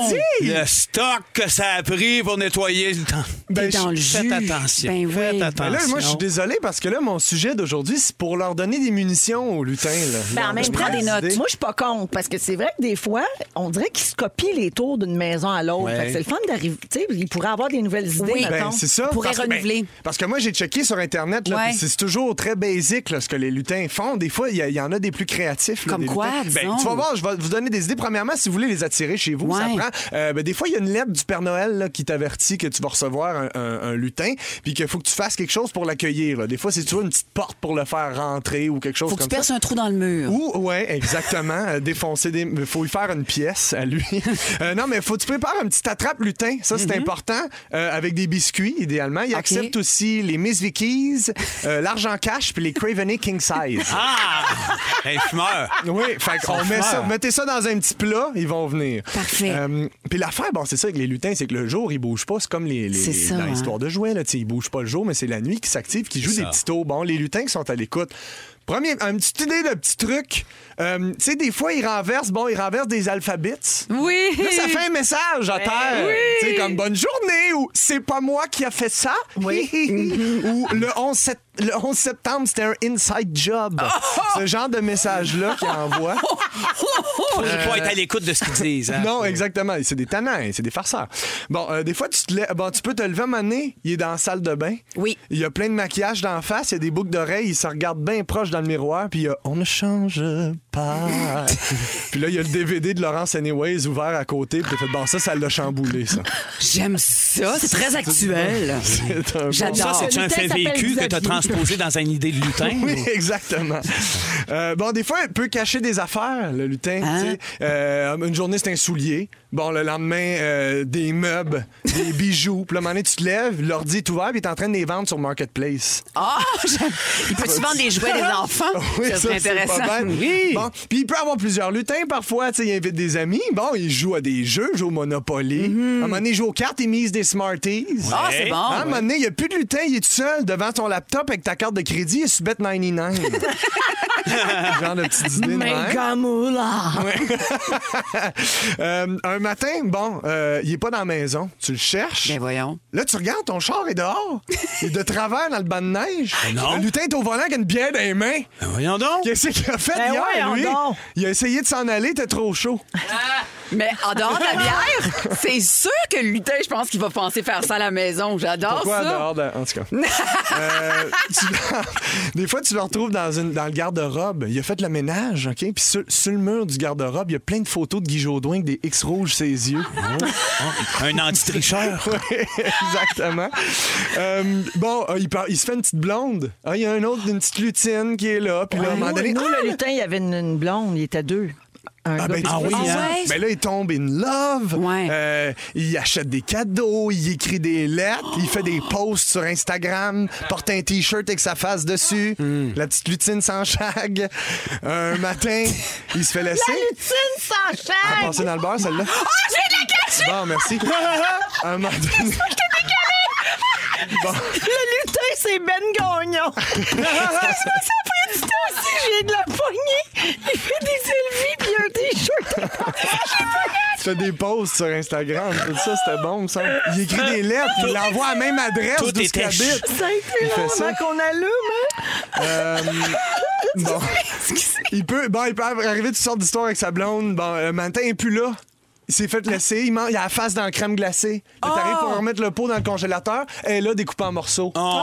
Les maudits!
Le stock que ça a pris pour nettoyer le temps.
T'es dans le
Faites
jus.
attention.
Ben oui.
Faites
Ben
attention.
là, moi, je suis désolé parce que là, mon sujet d'aujourd'hui, c'est pour leur donner des munitions aux lutins. Là.
Ben, en
Leur
même
donner
temps,
prends des notes.
idées.
Moi, je suis pas contre parce que c'est vrai que des fois, on dirait qu'ils se copient les tours d'une maison à l'autre.
Ouais.
Fait que C'est le fun d'arriver. Tu sais, ils pourraient avoir des nouvelles idées.
Oui.
mettons.
Ben, c'est ça.
On pourrait
Parce que- ben,
renouveler.
parce que moi, j'ai checké sur Internet, là,
Ouais.
puis c'est toujours très basique là, ce que les lutins font. Des fois, il y, a- il y en a des plus créatifs. là,
Comme
des
quoi,
lutins. Ben,
disons?
Tu vas voir, je vais vous donner des idées. Premièrement, si vous voulez les attirer chez vous, ça
Ouais.
prend. euh, ben, des fois, il y a une lettre du Père Noël là, qui t'avertit que tu vas recevoir un, un- un lutin, puis qu'il faut que tu fasses quelque chose pour l'accueillir. là. Des fois, c'est toujours une petite porte pour le faire rentrer ou quelque chose
Faut que
comme
tu
ça.
perces un trou dans le mur.
Ou, ouais, exactement. euh, défoncer des. Il faut lui faire une pièce à lui. Euh, non, mais faut que tu prépares un petit attrape lutin. Ça, c'est
Mhm.
important. euh, avec des biscuits, idéalement. Il accepte aussi les Miss Vickies, euh, l'argent cash, puis les Craveney King Size.
Ah! Un fumeur.
Oui, fait qu'on met ça,
frère.
mettez ça dans un petit plat, ils vont venir.
Parfait.
Euh, Puis l'affaire, bon, c'est ça avec les lutins, c'est que le jour, ils bougent pas. C'est comme les, les,
C'est ça,
dans
hein.
l'histoire de jouets, là, tu sais, ils bougent pas le jour, mais c'est la nuit qui s'active, qui joue des
ça.
petits taux. Bon, les lutins qui sont à l'écoute. Premier, une petite idée de petit truc. Euh, tu sais, des fois, ils renversent, bon, ils renversent des alphabets.
Oui.
Là, ça fait un message à terre. Tu sais, comme bonne journée ou c'est pas moi qui a fait ça. ou le 11, sept- le 11 septembre, c'était un inside job. Ce genre de message-là qu'ils envoient.
Faut pas être à l'écoute de ce qu'ils disent. hein.
Non, exactement. C'est des tanins, c'est des farceurs. Bon, euh, des fois, tu, te lè- bon, tu peux te lever à un moment donné, il est dans la salle de bain.
Oui.
Il y a plein de maquillage d'en face, il y a des boucles d'oreilles, il se regarde bien proche dans le miroir, puis il y a On ne change pas. puis là, il y a le DVD de Laurence Anyways ouvert à côté, puis t'as fait Bon, ça, ça l'a chamboulé, ça.
J'aime ça. C'est très actuel.
C'est un bon-
Ça,
J'adore.
c'est
Le
un
lutin
fait
s'appelle
vécu que tu as
Xavier.
transposé dans une idée de lutin.
Hein?
Oui, exactement. Euh, bon, des fois, il peut cacher des affaires, le lutin.
Hein?
tu sais. Euh, une journée, c'est un soulier. Bon, le lendemain, euh, des meubles, des bijoux. Puis le moment donné, tu te lèves, l'ordi est ouvert, puis t'es en train de les vendre sur Marketplace.
Ah, j'aime- il peut souvent des jouets des enfants.
Ah, Oui,
ça serait
c'est pas
intéressant.
mal.
Oui.
Bon, puis il peut avoir plusieurs lutins parfois. Tu sais, il invite des amis. Bon, il joue à des jeux, joue au Monopoly. À un moment donné, il joue aux cartes, il mise des Smarties.
Mhm. Ah, c'est
Ouais.
bon.
Hein, À un moment donné, il n'y a plus de lutin, il est tout seul devant ton laptop avec ta carte de crédit et subette 99. Genre de petite idée de même.
Megamoula.
Euh, un matin, bon, euh, il est pas dans la maison. Tu le cherches.
Ben voyons.
Là, tu regardes, ton char est dehors. Il est de travers dans le banc de neige.
non.
Le lutin est au volant avec une bière dans les mains.
Ben, Voyons donc.
Qu'est-ce qu'il a fait
Ben
hier,
voyons
lui?
donc.
Il a essayé de s'en aller, t'es trop chaud.
Mais en dehors de la bière, c'est sûr que le lutin, je pense qu'il va penser faire ça à la maison. J'adore
Pourquoi
ça.
dehors de- En tout cas. Euh, tu- Des fois, tu le retrouves dans, une... dans le garde-robe. Il a fait le ménage, OK? Puis sur, sur le mur du garde-robe, il y a plein de photos de Guy Jodoin avec des X rouges ses yeux.
Ah.
Un anti-tricheur.
Oui, exactement. Euh, bon, euh, il, par- il se fait une petite blonde. Ah, il y a un autre d'une petite lutine qui est là. Puis là, à un moment donné,
Nous,
ah,
le lutin, il y avait une, une blonde, il était deux. Un
Ah,
gars
ben,
puis
ah
une
oui,
fille.
hein?
ouais?
Mais là, il tombe in love.
Ouais.
Euh, il achète des cadeaux, il écrit des lettres, il fait des posts sur Instagram, porte un T-shirt avec sa face dessus.
Hmm.
La petite lutine s'enchague. Un matin, il se fait laisser. La lutine
Ah,
s'enchague! passer dans le beurre, celle-là.
Ah, j'ai de la cachette! Ah,
Bon, merci. un moment donné-
Le lutin, c'est Ben Gagnon. ça a pris du temps aussi. J'ai de la poignée. Il fait des selfies puis un t-shirt.
Tu fais des posts sur Instagram. Tout ça, c'était bon, ça. Il écrit des lettres, il l'envoie à la même adresse
Tout
d'où ce qu'il
était
habite.
Ça a été
Il fait
long
ça.
avant qu'on allume. hein.
Ah,
Euh, Bon. Il peut, bon, il peut arriver toutes sortes d'histoires avec sa blonde. Bon, le matin, il est plus là. Il s'est fait laisser, il, mange, il a la face dans la crème glacée. Là, T'arrives pour remettre le pot dans le congélateur, elle est là découpée en morceaux.
Oh,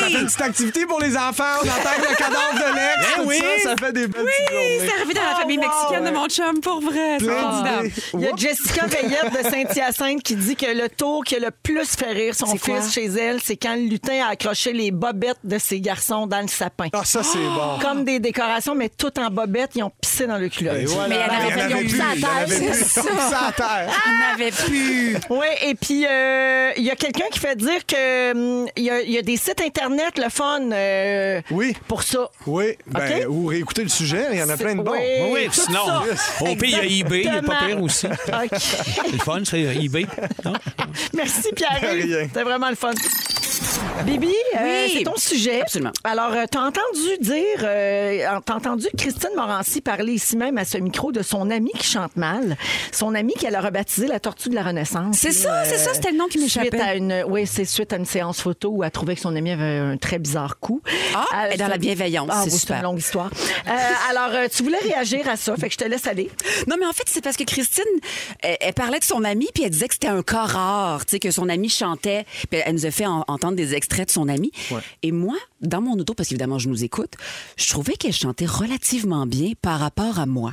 Ça fait une petite activité pour les enfants, on enterre le cadavre de l'ex.
Eh
tout
oui.
ça, ça fait des belles petites
C'est
journées.
arrivé dans la
Ah,
famille mexicaine de mon chum, pour vrai. C'est
Plein
formidable.
d'idées.
Il y a
Oups.
Jessica Veillette de Saint-Hyacinthe qui dit que le tour qui a le plus fait rire son
C'est quoi?
fils chez elle, c'est quand le lutin a accroché les bobettes de ses garçons dans le sapin.
Ah, ça, c'est bon.
Oh. Comme des décorations, mais tout en bobettes, ils ont pissé dans le culotte.
Et voilà.
Mais il y en avait
Il y en
pas, ils
avait
ont
plus,
mis ça à
il y en
terre,
avait
c'est
plus.
ça.
Ils ont mis ça à terre.
On n'avait plus.
Oui, et puis euh, il y a quelqu'un qui fait dire que hum, il y, a- il y a des sites internet le fun euh,
Oui.
pour ça.
Oui, ben,
OK?
ou réécouter le sujet, il y en a plein de bons.
Oui, oui,
tout
sinon,
ça.
au pire, il y a eBay, il est pas pire aussi.
OK.
C'est le fun, c'est eBay. Non?
Merci, Pierre.
De rien.
C'était vraiment le fun. Bibi, euh,
Oui.
c'est ton sujet.
Absolument.
Alors, euh, t'as entendu dire, euh, t'as entendu Christine Morancy parler ici même à ce micro de son amie qui chante mal, son amie qu'elle aurait baptisée la tortue de la Renaissance.
C'est
Et,
ça, c'est ça, c'était le nom qui
suite
m'échappait.
à une, oui, c'est suite à une séance photo où elle trouvait que son amie avait un très bizarre coup.
Ah,
Euh,
et dans
c'est-
la bienveillance,
Ah,
c'est
oui,
super.
une longue histoire. Euh, alors, euh, tu voulais réagir à ça, fait que je te laisse aller.
Non, mais en fait, c'est parce que Christine, elle, elle parlait de son amie, puis elle disait que c'était un cas rare, tu sais, que son amie chantait. Puis elle nous a fait en- entendre des extraits de son amie. Et moi, dans mon auto, parce qu'évidemment, je nous écoute, je trouvais qu'elle chantait relativement bien par rapport à moi.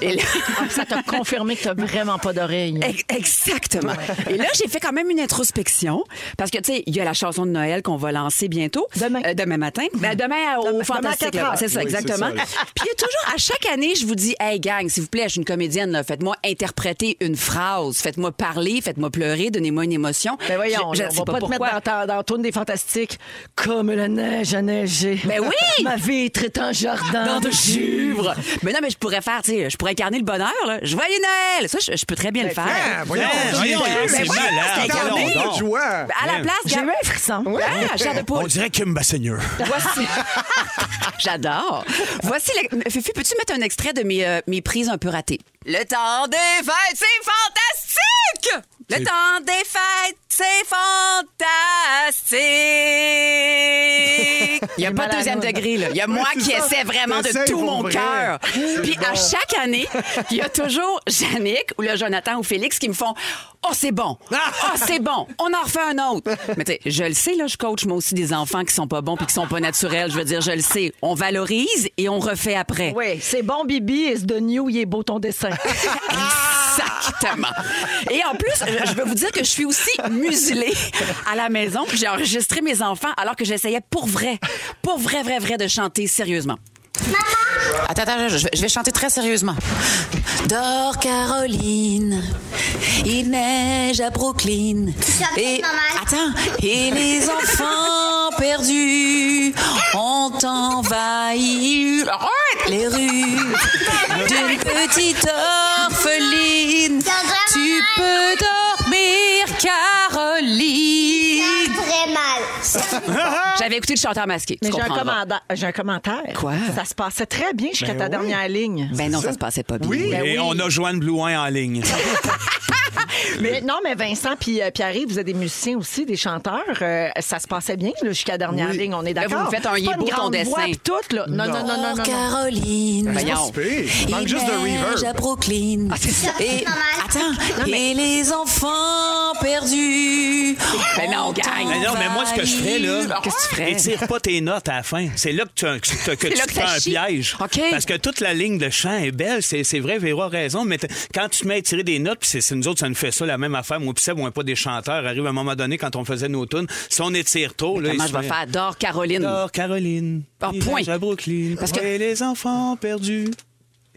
Et là-
Ah, Ça t'a confirmé que t'as vraiment pas d'oreille.
Ex- Exactement. Et là, j'ai fait quand même une introspection parce que, tu sais, il y a la chanson de Noël qu'on va lancer bientôt.
Demain.
Euh, demain matin. Ben, demain euh,
Demain-
au Fantastique.
demain à
là. C'est ça,
Oui, c'est
exactement.
ça.
Puis il y a toujours, à chaque année, je vous dis, hey gang, s'il vous plaît, je suis une comédienne, là. faites-moi interpréter une phrase, faites-moi parler, faites-moi pleurer, donnez-moi une émotion.
Ben voyons,
Je- je
là, on
sais
va pas, te
pourquoi.
mettre dans, ta- dans la tourne des fantastiques. Comme la neige a neigé.
Ben oui!
Ma vitre est un jardin
dans de givre. Mais non, mais je pourrais faire, tu sais, je pourrais incarner le bonheur, là. Joyeux Noël! Ça, je, je peux très bien le faire.
Ah, voyons,
Ben, voyons, c'est
voyons, Ah,
malade,
c'est
voyons
incarné,
donc.
notre joie.
À la
Ben,
place,
J'ai eu
regarde-
un frisson. Hein?
Ah, chair de poule.
On dirait Kim Basseigneur.
Voici. J'adore. Voici. le- Fifi, peux-tu mettre un extrait de mes, euh, mes prises un peu ratées? Le temps des fêtes, c'est fantastique! Le
C'est-
temps des fêtes, c'est fantastique! Il n'y a
est
pas de
malade,
deuxième
ouais.
degré, là. Il y a moi
c'est
qui
ça.
essaie vraiment
T'essayes
de tout
pour
mon
vrai.
cœur.
C'est
Puis à
bon.
chaque année, il y a toujours Yannick ou le Jonathan ou Félix qui me font Oh, c'est bon! Oh, c'est bon! On en refait un autre! Mais tu sais, je le sais, là, je coach moi aussi des enfants qui sont pas bons puis qui sont pas naturels. Je veux dire, je le sais. On valorise et on refait après.
Oui, c'est bon, Bibi. It's the new. Il est beau ton dessin.
Exactement. Et en plus, je je veux vous dire que je suis aussi muselée à la maison. J'ai enregistré mes enfants alors que j'essayais pour vrai, pour vrai, vrai, vrai de chanter sérieusement.
Attends, attends, je- je vais, je vais chanter très sérieusement. Dors, Caroline, il neige à Brooklyn. Et attends, et les enfants perdus ont envahi les rues d'une petite orpheline. Tu peux dormir, Caroline.
Très mal.
J'avais écouté le chanteur masqué. tu
Mais j'ai un,
comprendras.
commanda- j'ai un commentaire.
Quoi?
Ça se passait très bien jusqu'à ta
oui.
dernière ligne.
Ben non, ça se passait pas bien.
Oui.
Et on a Joanne Blouin en ligne.
Mais non, mais Vincent puis euh, Pierre, vous êtes des musiciens aussi, des chanteurs. Euh, ça se passait bien là, jusqu'à la dernière ligne, on est
Là, vous
d'accord.
me faites un
C'est pas
yébo
une grande
ton
voix
dessin.
pis tout, là. Non, non, non, non, non. non.
Caroline.
Ben, C'est pas
Voyons.
si pire. Il manque
Il
juste de
neige à
reverb.
Ah,
Brooklyn. Et, attends, et les enfants perdus.
Ben non,
ont
gang.
Mais non, mais moi, ce que je ferais, là,
Qu'est-ce que tu ferais?
étire pas tes notes à la fin. C'est là que tu, que tu- que tu
là que
fais
ça
un
chie.
piège.
OK.
Parce que toute la ligne de chant est belle. C'est c'est vrai, Véro a raison. Mais t- quand tu te mets à tirer des notes, puis c'est- c'est nous autres, ça nous fait ça, la même affaire. Moi, puis Seb, on n'est pas des chanteurs. Arrive à un moment donné, quand on faisait nos tunes, si on étire trop, là,
Comment
il
je
se
vais
met-
faire? Dors, Caroline.
Dors, Caroline.
Hmm. Ah,
village
point.
à Brooklyn.
Parce que-
Et les enfants perdus.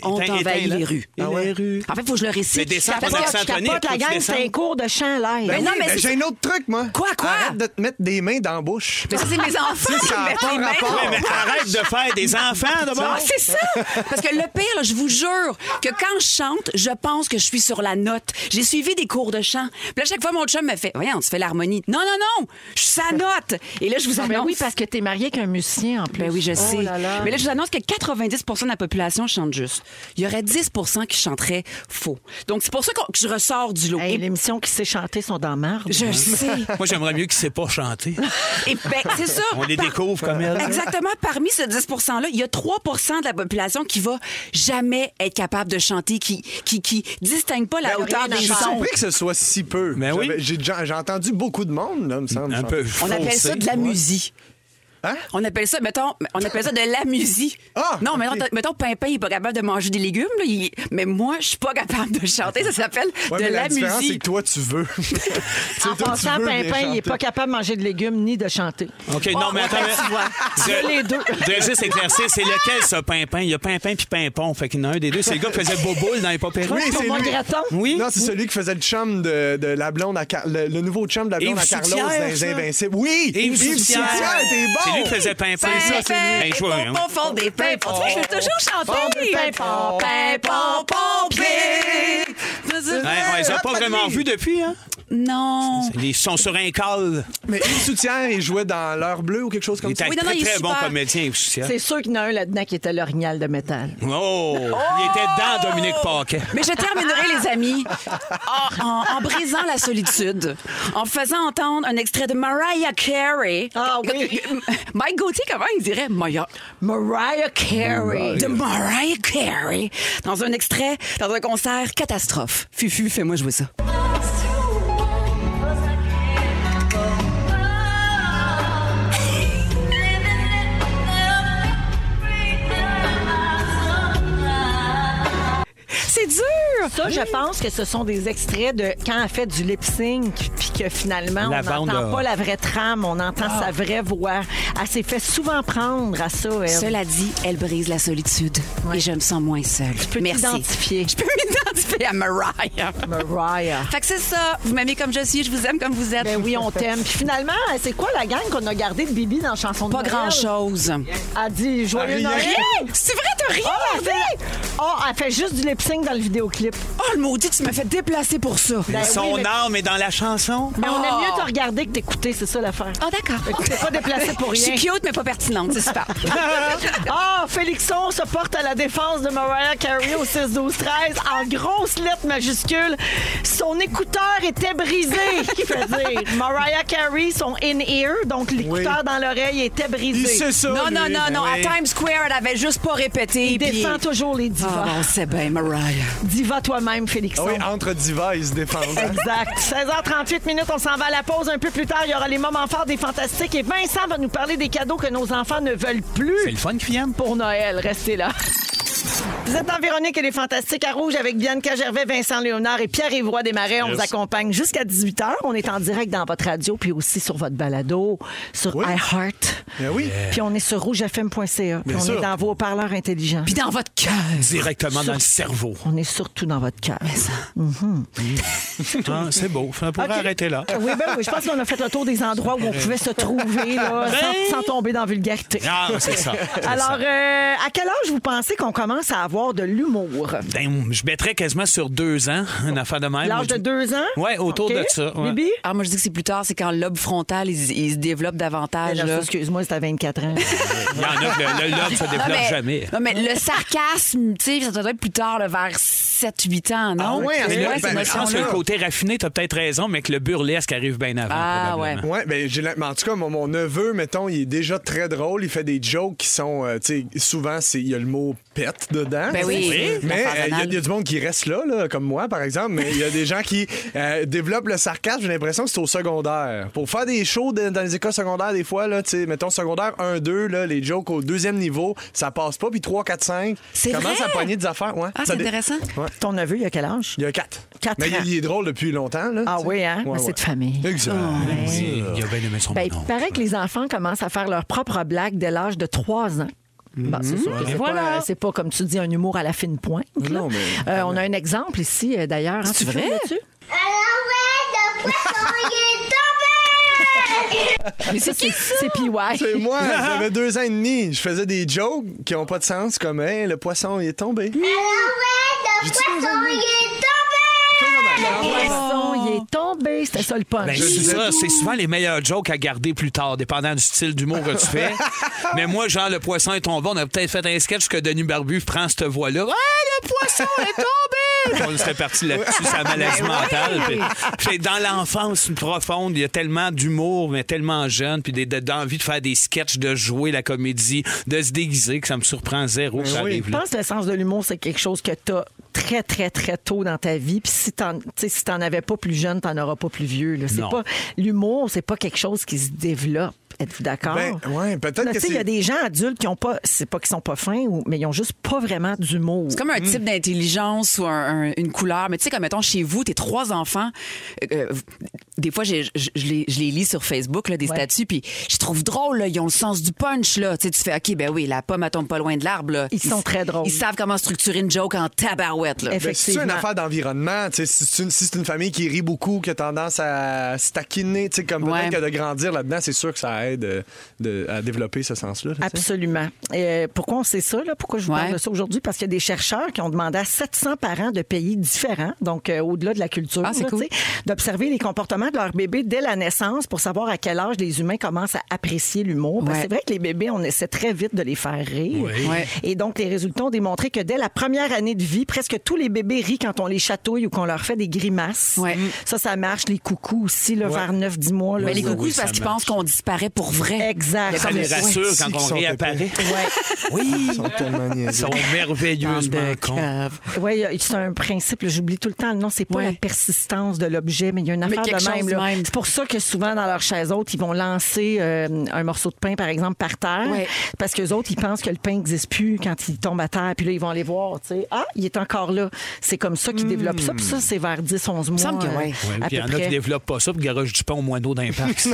On
Éteins-
t'envahit
éteins,
les
là.
rues. Ah
Et les rues.
En fait, il faut que je le
Mais
récite.
descends
Parce
ton
que
accent
je capote,
tonique, faut
la
que tu
gang,
descendes.
c'est un cours de chant live.
Ben
Mais non,
oui,
mais
ben
c'est-
j'ai un autre truc, moi.
Quoi, quoi?
Arrête de te mettre des mains dans la bouche.
Mais ça, c'est mes enfants.
Ça
Ils
a
mettent
pas
les mains.
rapport.
Oui, mais arrête de faire des enfants d'abord.
Ah, c'est ça! Parce que le pire, là, je vous jure que quand je chante, je pense que je suis sur la note. J'ai suivi des cours de chant. Puis là, chaque fois, mon chum me fait Voyons, tu fais l'harmonie. Non, non, non! Je suis sa note! Et là, je vous
Ah,
annonce.
ben oui, parce que t'es marié avec un musicien en plus.
Ben oui, je
Oh
sais.
là là.
Mais là, je vous annonce que 90 de la population chante juste. Il y aurait 10 qui chanteraient faux. Donc, c'est pour ça qu'on- que je ressors du lot.
Hey,
Et-
L'émission qui s'est chantée sont dans marre.
je
Hein?
le sais.
Moi, j'aimerais mieux qu'il ne sait pas chanter.
Et ben, c'est ça.
On les
Par-
découvre comme elle.
Exactement. Parmi ce 10 %-là, il y a 3 de la population qui va jamais être capable de chanter, qui qui, qui distingue pas la
Ben,
hauteur
rien à
des
Je suis
faire.
sons.
surpris que ce soit si peu.
Ben oui.
J'avais- J'ai déjà- j'ai entendu beaucoup de monde, là, me semble.
Un peu
On appelle ça
faussé.
de la musique.
Hein?
On appelle ça, mettons, on appelle ça de la musique.
Ah,
non,
ok.
mettons, mettons, Pimpin, il est pas capable de manger des légumes, là, il- mais moi, je suis pas capable de chanter. Ça s'appelle
Ouais,
de
mais la,
la,
différence, c'est
musique.
que toi, tu veux. C'est
En
toi, tu
passant,
veux bien
Pimpin, il n'est
chanter.
pas capable de manger de légumes ni de chanter.
OK,
Ah,
non, mais attends. mais- Je-
les deux.
Je voudrais juste éclaircir, c'est lequel, ça, Pimpin? Il y a Pimpin puis Pimpon. Fait qu'il y en a un des deux. C'est le gars qui faisait Boboule dans les Popéras.
Oui,
Pour
c'est
moi,
lui.
Graton.
Oui.
Non, c'est celui qui faisait le chum de, de la blonde à Car- le, le nouveau chum de la blonde
Yves
à Carlos
Soutière,
dans Les
ça.
Invincibles. Oui!
Yves Soutière.
t'es bon!
C'est lui qui faisait Pimpin.
Pimpin,
Hey, Ben, je vois hein. rien.
pimpon, fond des pimpons. Tu sais, Je vais toujours chanter.
Pimpon,
pimpon, pompier.
Ouais, ouais, ça pas vraiment vu depuis, hein?
Non.
Ils sont sur un col.
Mais Yves Soutière, il jouait dans l'heure bleue ou quelque chose
Il
comme
était
ça.
un
Oui, non,
très,
non, il est
très bon
super.
comédien, Yves Soutière.
C'est sûr qu'il y en a un là-dedans qui était l'orignal de métal.
Oh! Il était dans Dominique Paquet.
Mais je terminerai, les amis, en, en- en brisant la solitude, en faisant entendre un extrait de Mariah Carey.
Ah oui.
Mike Gauthier, comment il dirait Mariah?
Mariah Carey.
De Mariah Carey. Dans un extrait, dans un concert catastrophe. Fufu, fais-moi jouer ça. C'est dur!
Ça, je pense que ce sont des extraits de quand elle fait du lip sync, puis que finalement,
La
on
bande,
n'entend
euh,
pas la vraie trame, on entend sa vraie voix. Elle s'est fait souvent prendre à ça, elle.
Cela dit, elle brise la solitude et je me sens moins seule. Je
peux
Merci.
t'identifier.
Je peux m'identifier à Mariah.
Mariah.
Fait que c'est ça. Vous m'aimez comme je suis, je vous aime comme vous êtes.
Ben oui, on t'aime. Puis finalement, c'est quoi la gang qu'on a gardée de Bibi dans Chanson de
Pas
Noël?
grand-chose.
Elle dit Joyeux
Rien.
Noël.
C'est vrai, t'as rien
Oh, elle
gardé?
fait- oh, elle fait juste du lip sync dans le vidéoclip.
Oh, le maudit, tu me fais déplacer pour ça.
Ben
Son
oui, mais-
âme est dans la chanson.
Mais on aime
Oh.
Ah.
mieux te regarder que t'écouter, c'est ça l'affaire.
Ah, d'accord.
T'es pas déplacé pour
Je suis
rien.
cute, mais pas pertinente. C'est super.
Ah, Félixon se porte à la défense de Mariah Carey au 6-12-13 en grosses lettres majuscules. Son écouteur était brisé, il fait dire. Mariah Carey, son in-ear, donc l'écouteur dans l'oreille était
Il
brisé.
sait ça, ben
non, non,
lui. Ah
non, non.
oui.
À Times Square, elle avait juste pas répété.
Il
puis-
défend toujours les
Ah,
divas.
bon, c'est bien, Mariah.
Diva toi-même, Félixon.
Ah Oui, entre divas, ils se défendent.
Exact. 16h38 minutes, on s'en va à la pause. Un peu plus tard, il y aura les moments forts des fantastiques et Vincent va nous parler des cadeaux que nos enfants ne veulent plus.
C'est le fun qui aime.
pour Noël. Restez là. Vous êtes en Véronique et les Fantastiques à Rouge avec Bianca Gervais, Vincent Léonard et Pierre Évroy Desmarais. On vous accompagne jusqu'à 18h. On est en direct dans votre radio, puis aussi sur votre balado, sur
Oui.
iHeart.
Ben oui.
Puis on est sur rougefm.ca. Puis
Bien
on
sûr.
est dans vos haut-parleurs intelligents.
Puis dans votre cœur.
Directement dans le cerveau.
on est surtout dans votre cœur.
Ah, c'est beau. On pourrait
Ok.
arrêter là.
Ah Oui, ben oui, je pense qu'on a fait le tour des endroits où on pouvait se trouver là, sans, sans tomber dans la vulgarité.
Ah, c'est ça. Ben C'est
Alors,
ça.
euh, à quel âge vous pensez qu'on commence à avoir de l'humour?
Ben, je mettrais quasiment sur deux ans, une affaire de même.
L'âge de deux ans?
Ouais, autour
OK.
de ça, ouais.
Bibi?
Ah, moi, je dis que c'est plus tard, c'est quand le lobe frontal, il, il se développe davantage.
Alors,
là.
Ben, Excuse-moi, c'était à 24 ans.
Il y en a que le, le lobe se
Non,
développe
mais,
jamais.
non, mais le sarcasme, tu sais, ça doit être plus tard, là, vers 7-8 ans, non?
Ah ouais,
hein?
à ce
ouais,
point-là,
cette
ben,
je pense que
notion-là.
le côté raffiné, t'as peut-être raison, mais que le burlesque arrive bien avant.
Ah,
probablement.
Ouais, ben j'ai l'im- mais en tout cas, mon, mon neveu, mettons, il est déjà très drôle. Il fait des jokes qui sont, euh, tu sais, souvent, c'est- il y a le mot pète dedans.
Ben oui, Oui. c'est
Mais
l'affaire
euh, il y a-
banale.
il y, a du monde qui reste là, là, comme moi, par exemple. Mais il y a des gens qui euh, développent le sarcasme. J'ai l'impression que c'est au secondaire. Pour faire des shows de- dans les écoles secondaires, des fois, là, tu sais, mettons, secondaire 1, 2, là, les jokes au deuxième niveau, ça passe pas. Puis 3, 4, 5.
C'est
Comment
vrai?
ça pogner des affaires? Ouais.
Ah,
Ça
c'est
dé-
intéressant.
Ton neveu, il a quel âge?
Il y a 4.
Quatre
mais il-
ans.
il est drôle depuis longtemps. Là,
Ah
tu sais.
oui, hein? Mais c'est de Oh, famille.
Exact.
Oui, Il a bien aimé son
Ben, il
nom.
paraît que les enfants commencent à faire leurs propres blagues dès l'âge de 3 ans.
Mhm.
Bon, c'est sûr que c'est pas, c'est pas, comme tu dis, un humour à la fine pointe. là.
Non, mais-
Euh, on a un exemple ici, euh, d'ailleurs. C'est
vrai?
Mais c'est qui ça? C'est PY.
C'est moi, j'avais deux ans et demi. Je faisais des jokes qui n'ont pas de sens, comme hey, le poisson il est tombé. J'ai-tu deux ans et demi?
Le
Ben,
poisson, il est tombé. C'était ça le punch.
Ben, c'est ça, c'est souvent les meilleurs jokes à garder plus tard, dépendant du style d'humour que tu fais. Mais moi, genre, le poisson est tombé, on a peut-être fait un sketch que Denis Barbu prend cette voix-là. Ah, le poisson est tombé! Ben on serait parti là-dessus, sa maladie mentale. Puis- puis dans l'enfance profonde, il y a tellement d'humour, mais tellement jeune, puis des- de- d'envie de faire des sketchs, de jouer la comédie, de se déguiser, que ça me surprend zéro que ça
oui.
arrive
Je
là.
pense que le sens de l'humour, c'est quelque chose que tu as très, très, très tôt dans ta vie. Puis si t'en tu sais, si t'en avais pas plus jeune, t'en auras pas plus vieux. là. C'est
Non.
pas L'humour, c'est pas quelque chose qui se développe. Êtes-vous d'accord?
Ben, ouais, peut-être
Là,
que
tu sais, Il y a
c'est-
des gens adultes qui ont pas, c'est pas qu'ils sont pas fins, ou- mais ils ont juste pas vraiment d'humour.
C'est comme
Mm.
un type d'intelligence ou un- un- une couleur. Mais tu sais, comme mettons, chez vous, tes trois enfants, euh, euh, des fois, j'ai- je je les je les lis sur Facebook, là, des
Ouais.
statuts, puis je trouve drôle, là, ils ont le sens du punch. Là. Tu sais, tu fais, OK, ben oui, la pomme, elle tombe pas loin de l'arbre. là.
Ils sont
s-
très drôles.
Ils savent comment structurer une joke en tabarouette. Là.
Ben, c'est
Effectivement.
une affaire d'environnement. tu sais, Si c'est une, si c'est une famille qui rit beaucoup, qui a tendance à se taquiner, tu sais, comme
Ouais.
peut-être que de grandir là-dedans, c'est sûr que ça aide euh, de- à développer ce sens-là. là, tu sais.
Absolument. Et, euh, pourquoi on sait ça? Là? Pourquoi je vous
Ouais.
parle de ça aujourd'hui? Parce qu'il y a des chercheurs qui ont demandé à 700 parents de pays différents, donc euh, au-delà de la culture,
Ah, c'est
là,
cool.
tu sais, d'observer les comportements de leurs bébés dès la naissance pour savoir à quel âge les humains commencent à apprécier l'humour. Parce que
Ouais.
C'est vrai que les bébés, on essaie très vite de les faire rire.
Ouais.
Et donc, les résultats ont démontré que dès la première année de vie, presque tous les bébés rient quand on les chatouille ou qu'on leur fait des grimaces.
Ouais.
Ça, ça marche. Les coucous aussi, là, vers 9-10 mois. là.
Mais les
Oui,
coucous,
oui,
c'est parce
ça
qu'ils pensent
marche.
qu'on disparaît pour
Mm.
vrai.
Exact.
Ça
Comme-
les rassure
Ouais, si,
quand
qui
on
sont
réapparaît.
Ils sont tellement
Ils
niaiseux.
sont merveilleusement cons.
Oui, c'est un principe, là, j'oublie tout le temps le nom, c'est pas
Ouais.
la persistance de l'objet, mais il y a une affaire
quelque
de même.
chose
là.
de même.
C'est pour ça que souvent, dans leur chaise haute, ils vont lancer euh, un morceau de pain, par exemple, par terre,
Ouais.
parce qu'eux autres, ils pensent que le pain n'existe plus quand il tombe à terre, puis là, ils vont aller voir, tu sais, ah, il est encore là. C'est comme ça qu'ils développent ça, puis ça, c'est vers 10, 11 mois.
Hmm. semble que ouais.
euh,
Ouais,
à
puis il y
peu
en a qui
près.
développent pas ça, puis garage du pain au moineau d'un parc.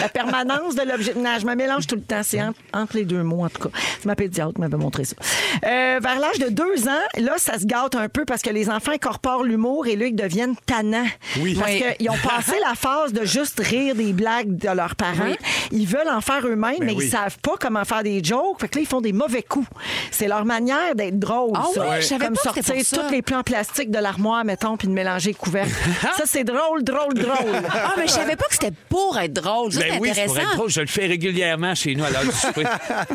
La permanence de l'objet. Non, je me mélange tout le temps. C'est entre, entre les deux mots, en tout cas. C'est ma pédiatre qui m'avait montré ça. Euh, vers l'âge de deux ans, là, ça se gâte un peu parce que les enfants incorporent l'humour et là, ils deviennent tannants.
Oui.
Parce
Oui.
qu'ils ont passé la phase de juste rire des blagues de leurs parents. Ils veulent en faire eux-mêmes, mais
Ben oui.
ils savent pas comment faire des jokes. Fait que là, ils font des mauvais coups. C'est leur manière d'être drôle.
Ah
ça.
oui, je savais
Comme
pas que c'était
sortir
pour ça.
toutes les plans plastiques de l'armoire, mettons, puis de mélanger les couvercles. ça, c'est drôle, drôle, drôle.
Ah, mais je savais pas que c'était pour être drôle. Ça, c'est
Ben oui, c'est
intéressant.
pour être drôle, je le fais régulièrement chez nous à l'heure du souper.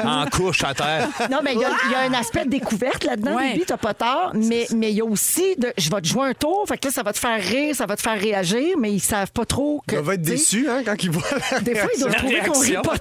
en couche à terre.
Non, mais il y, a- il y a un aspect de découverte là-dedans,
Ouais.
Bibi, t'as pas tort. Mais mais il y a aussi, de, je vais te jouer un tour, fait que là, ça va te faire rire, ça va te faire réagir, mais ils savent pas trop que.
Ils doivent être
tu sais,
déçus hein, quand ils voient la
Des fois, ils doivent
La
trouver qu'on rit
réaction.
pas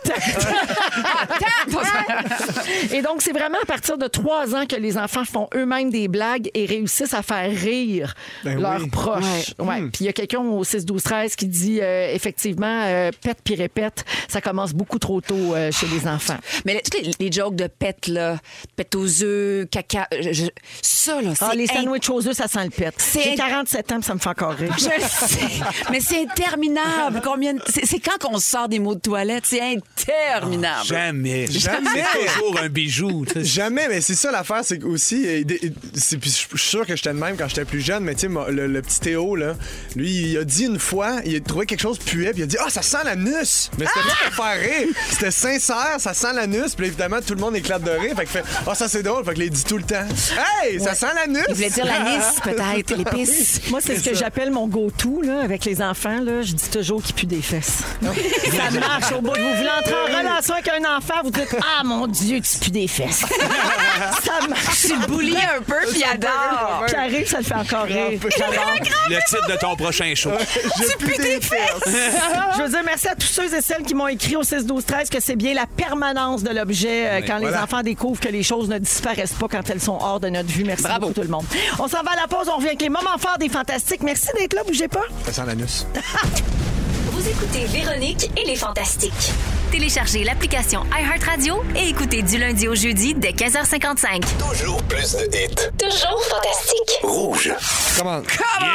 tant. Et donc, c'est vraiment à partir de trois ans que les enfants font eux-mêmes des blagues et réussissent à faire rire
Ben
leurs
oui. Hmm.
proches. Ouais. Puis il y a quelqu'un au 6-12-13 qui dit, euh, effectivement, euh, pète puis répète, ça commence beaucoup trop tôt euh, chez les enfants.
Mais les- toutes les, les jokes de pète, là, pète aux œufs, caca, euh, je- je- ça, là, c'est.
Ah, les
in-
sandwichs aux œufs, ça sent le pète.
C'est- Ah,
J'ai 47 ans, puis ça me fait encore rire.
Je le sais, mais c'est interminable. Combien de- c'est, c'est quand qu'on sort des mots de toilette, c'est
Ah,
interminable.
Jamais.
Jamais.
C'est toujours un bijou. tu sais.
Jamais, mais c'est ça l'affaire, c'est que aussi. euh, des- c'est- puis Je suis sûr que j'étais de même quand j'étais plus jeune, mais tu sais, moi, le, le petit Théo, là, lui, il a dit une fois, il a trouvé quelque chose puait, puis il a dit Ah, ça ça sent l'anus. Mais c'était pas pour faire rire. C'était sincère, ça sent l'anus. Puis évidemment, tout le monde éclate de rire. Fait que fait, ah, ça c'est drôle. Fait que les dit tout le temps. Hey, ça sent l'anus.
Il voulait dire l'anis, peut-être, l'épice.
Moi, c'est ce que j'appelle mon go-to là, avec les enfants. Là, je dis toujours qu'ils puent des fesses. ça marche au bout. Vous voulez entrer en relation avec un enfant, vous dites Ah mon Dieu, tu pues des fesses. ça marche.
Tu le boulis un peu, puis il adore.
Puis arrive, ça le fait encore rire. J'adore.
Le titre de ton prochain show.
J'ai plus des fesses.
Je veux dire merci à tous ceux et celles qui m'ont écrit au 6 12 13 que c'est bien la permanence de l'objet euh, quand les
voilà.
enfants découvrent que les choses ne disparaissent pas quand elles sont hors de notre vue. Merci beaucoup tout le monde. On s'en va à la pause, on revient avec les moments forts des fantastiques. Merci d'être là, bougez pas.
Ça sent l'anus.
Vous écoutez Véronique et les Fantastiques.
Téléchargez l'application iHeartRadio et écoutez du lundi au jeudi dès 15h55.
Toujours plus de hits.
Toujours fantastique.
Rouge.
Comment?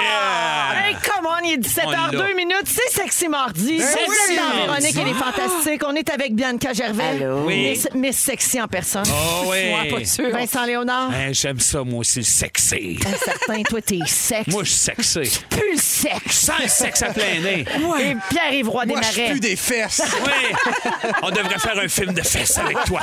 Hey, come on, il est 17 h
On l'a.
2 minutes, c'est sexy mardi. C'est
oui.
Sexy dans Véronique, elle est fantastique. On est avec Bianca Gervais,
Oui.
Miss, Miss sexy en personne.
Oh oui.
Vincent Léonard,
Hey, J'aime ça, moi aussi, le sexy.
un certain, toi t'es sexe,
Ah. Moi, je suis sexy.
plus le sexe.
Sans le sexe à plein nez.
Et Pierre-Yves Roy
Moi, je
Desmarais.
plus des fesses.
Oui. On devrait faire un film de fesses avec toi.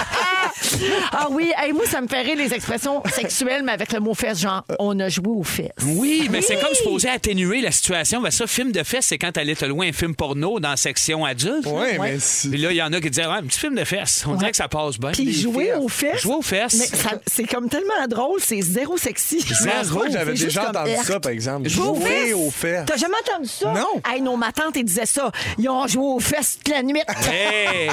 Ah oui, hey, moi ça me fait rire les expressions sexuelles, mais avec le mot fesse, genre on a joué aux fesses.
Oui, mais c'est comme supposé atténuer la situation. Ben ça, film de fesses, c'est quand t'allais te louer un film porno dans la section adulte.
Oui,
là.
mais si-
Puis là, il y en a qui disaient, ah, un petit film de fesses. On dirait que ça passe bien.
Puis
Les
jouer
fesses.
aux fesses.
Jouer aux fesses.
Mais ça- c'est comme tellement drôle, c'est zéro sexy.
Je
Zéro.
crois que j'avais
C'est juste
déjà
comme
entendu
Herc.
ça, par exemple.
Jouer aux
Jouer
fesses.
aux fesses.
T'as jamais entendu ça?
Non.
Hey, non, ma tante, elle disait ça. Ils ont joué aux fesses toute la nuit.
Hey!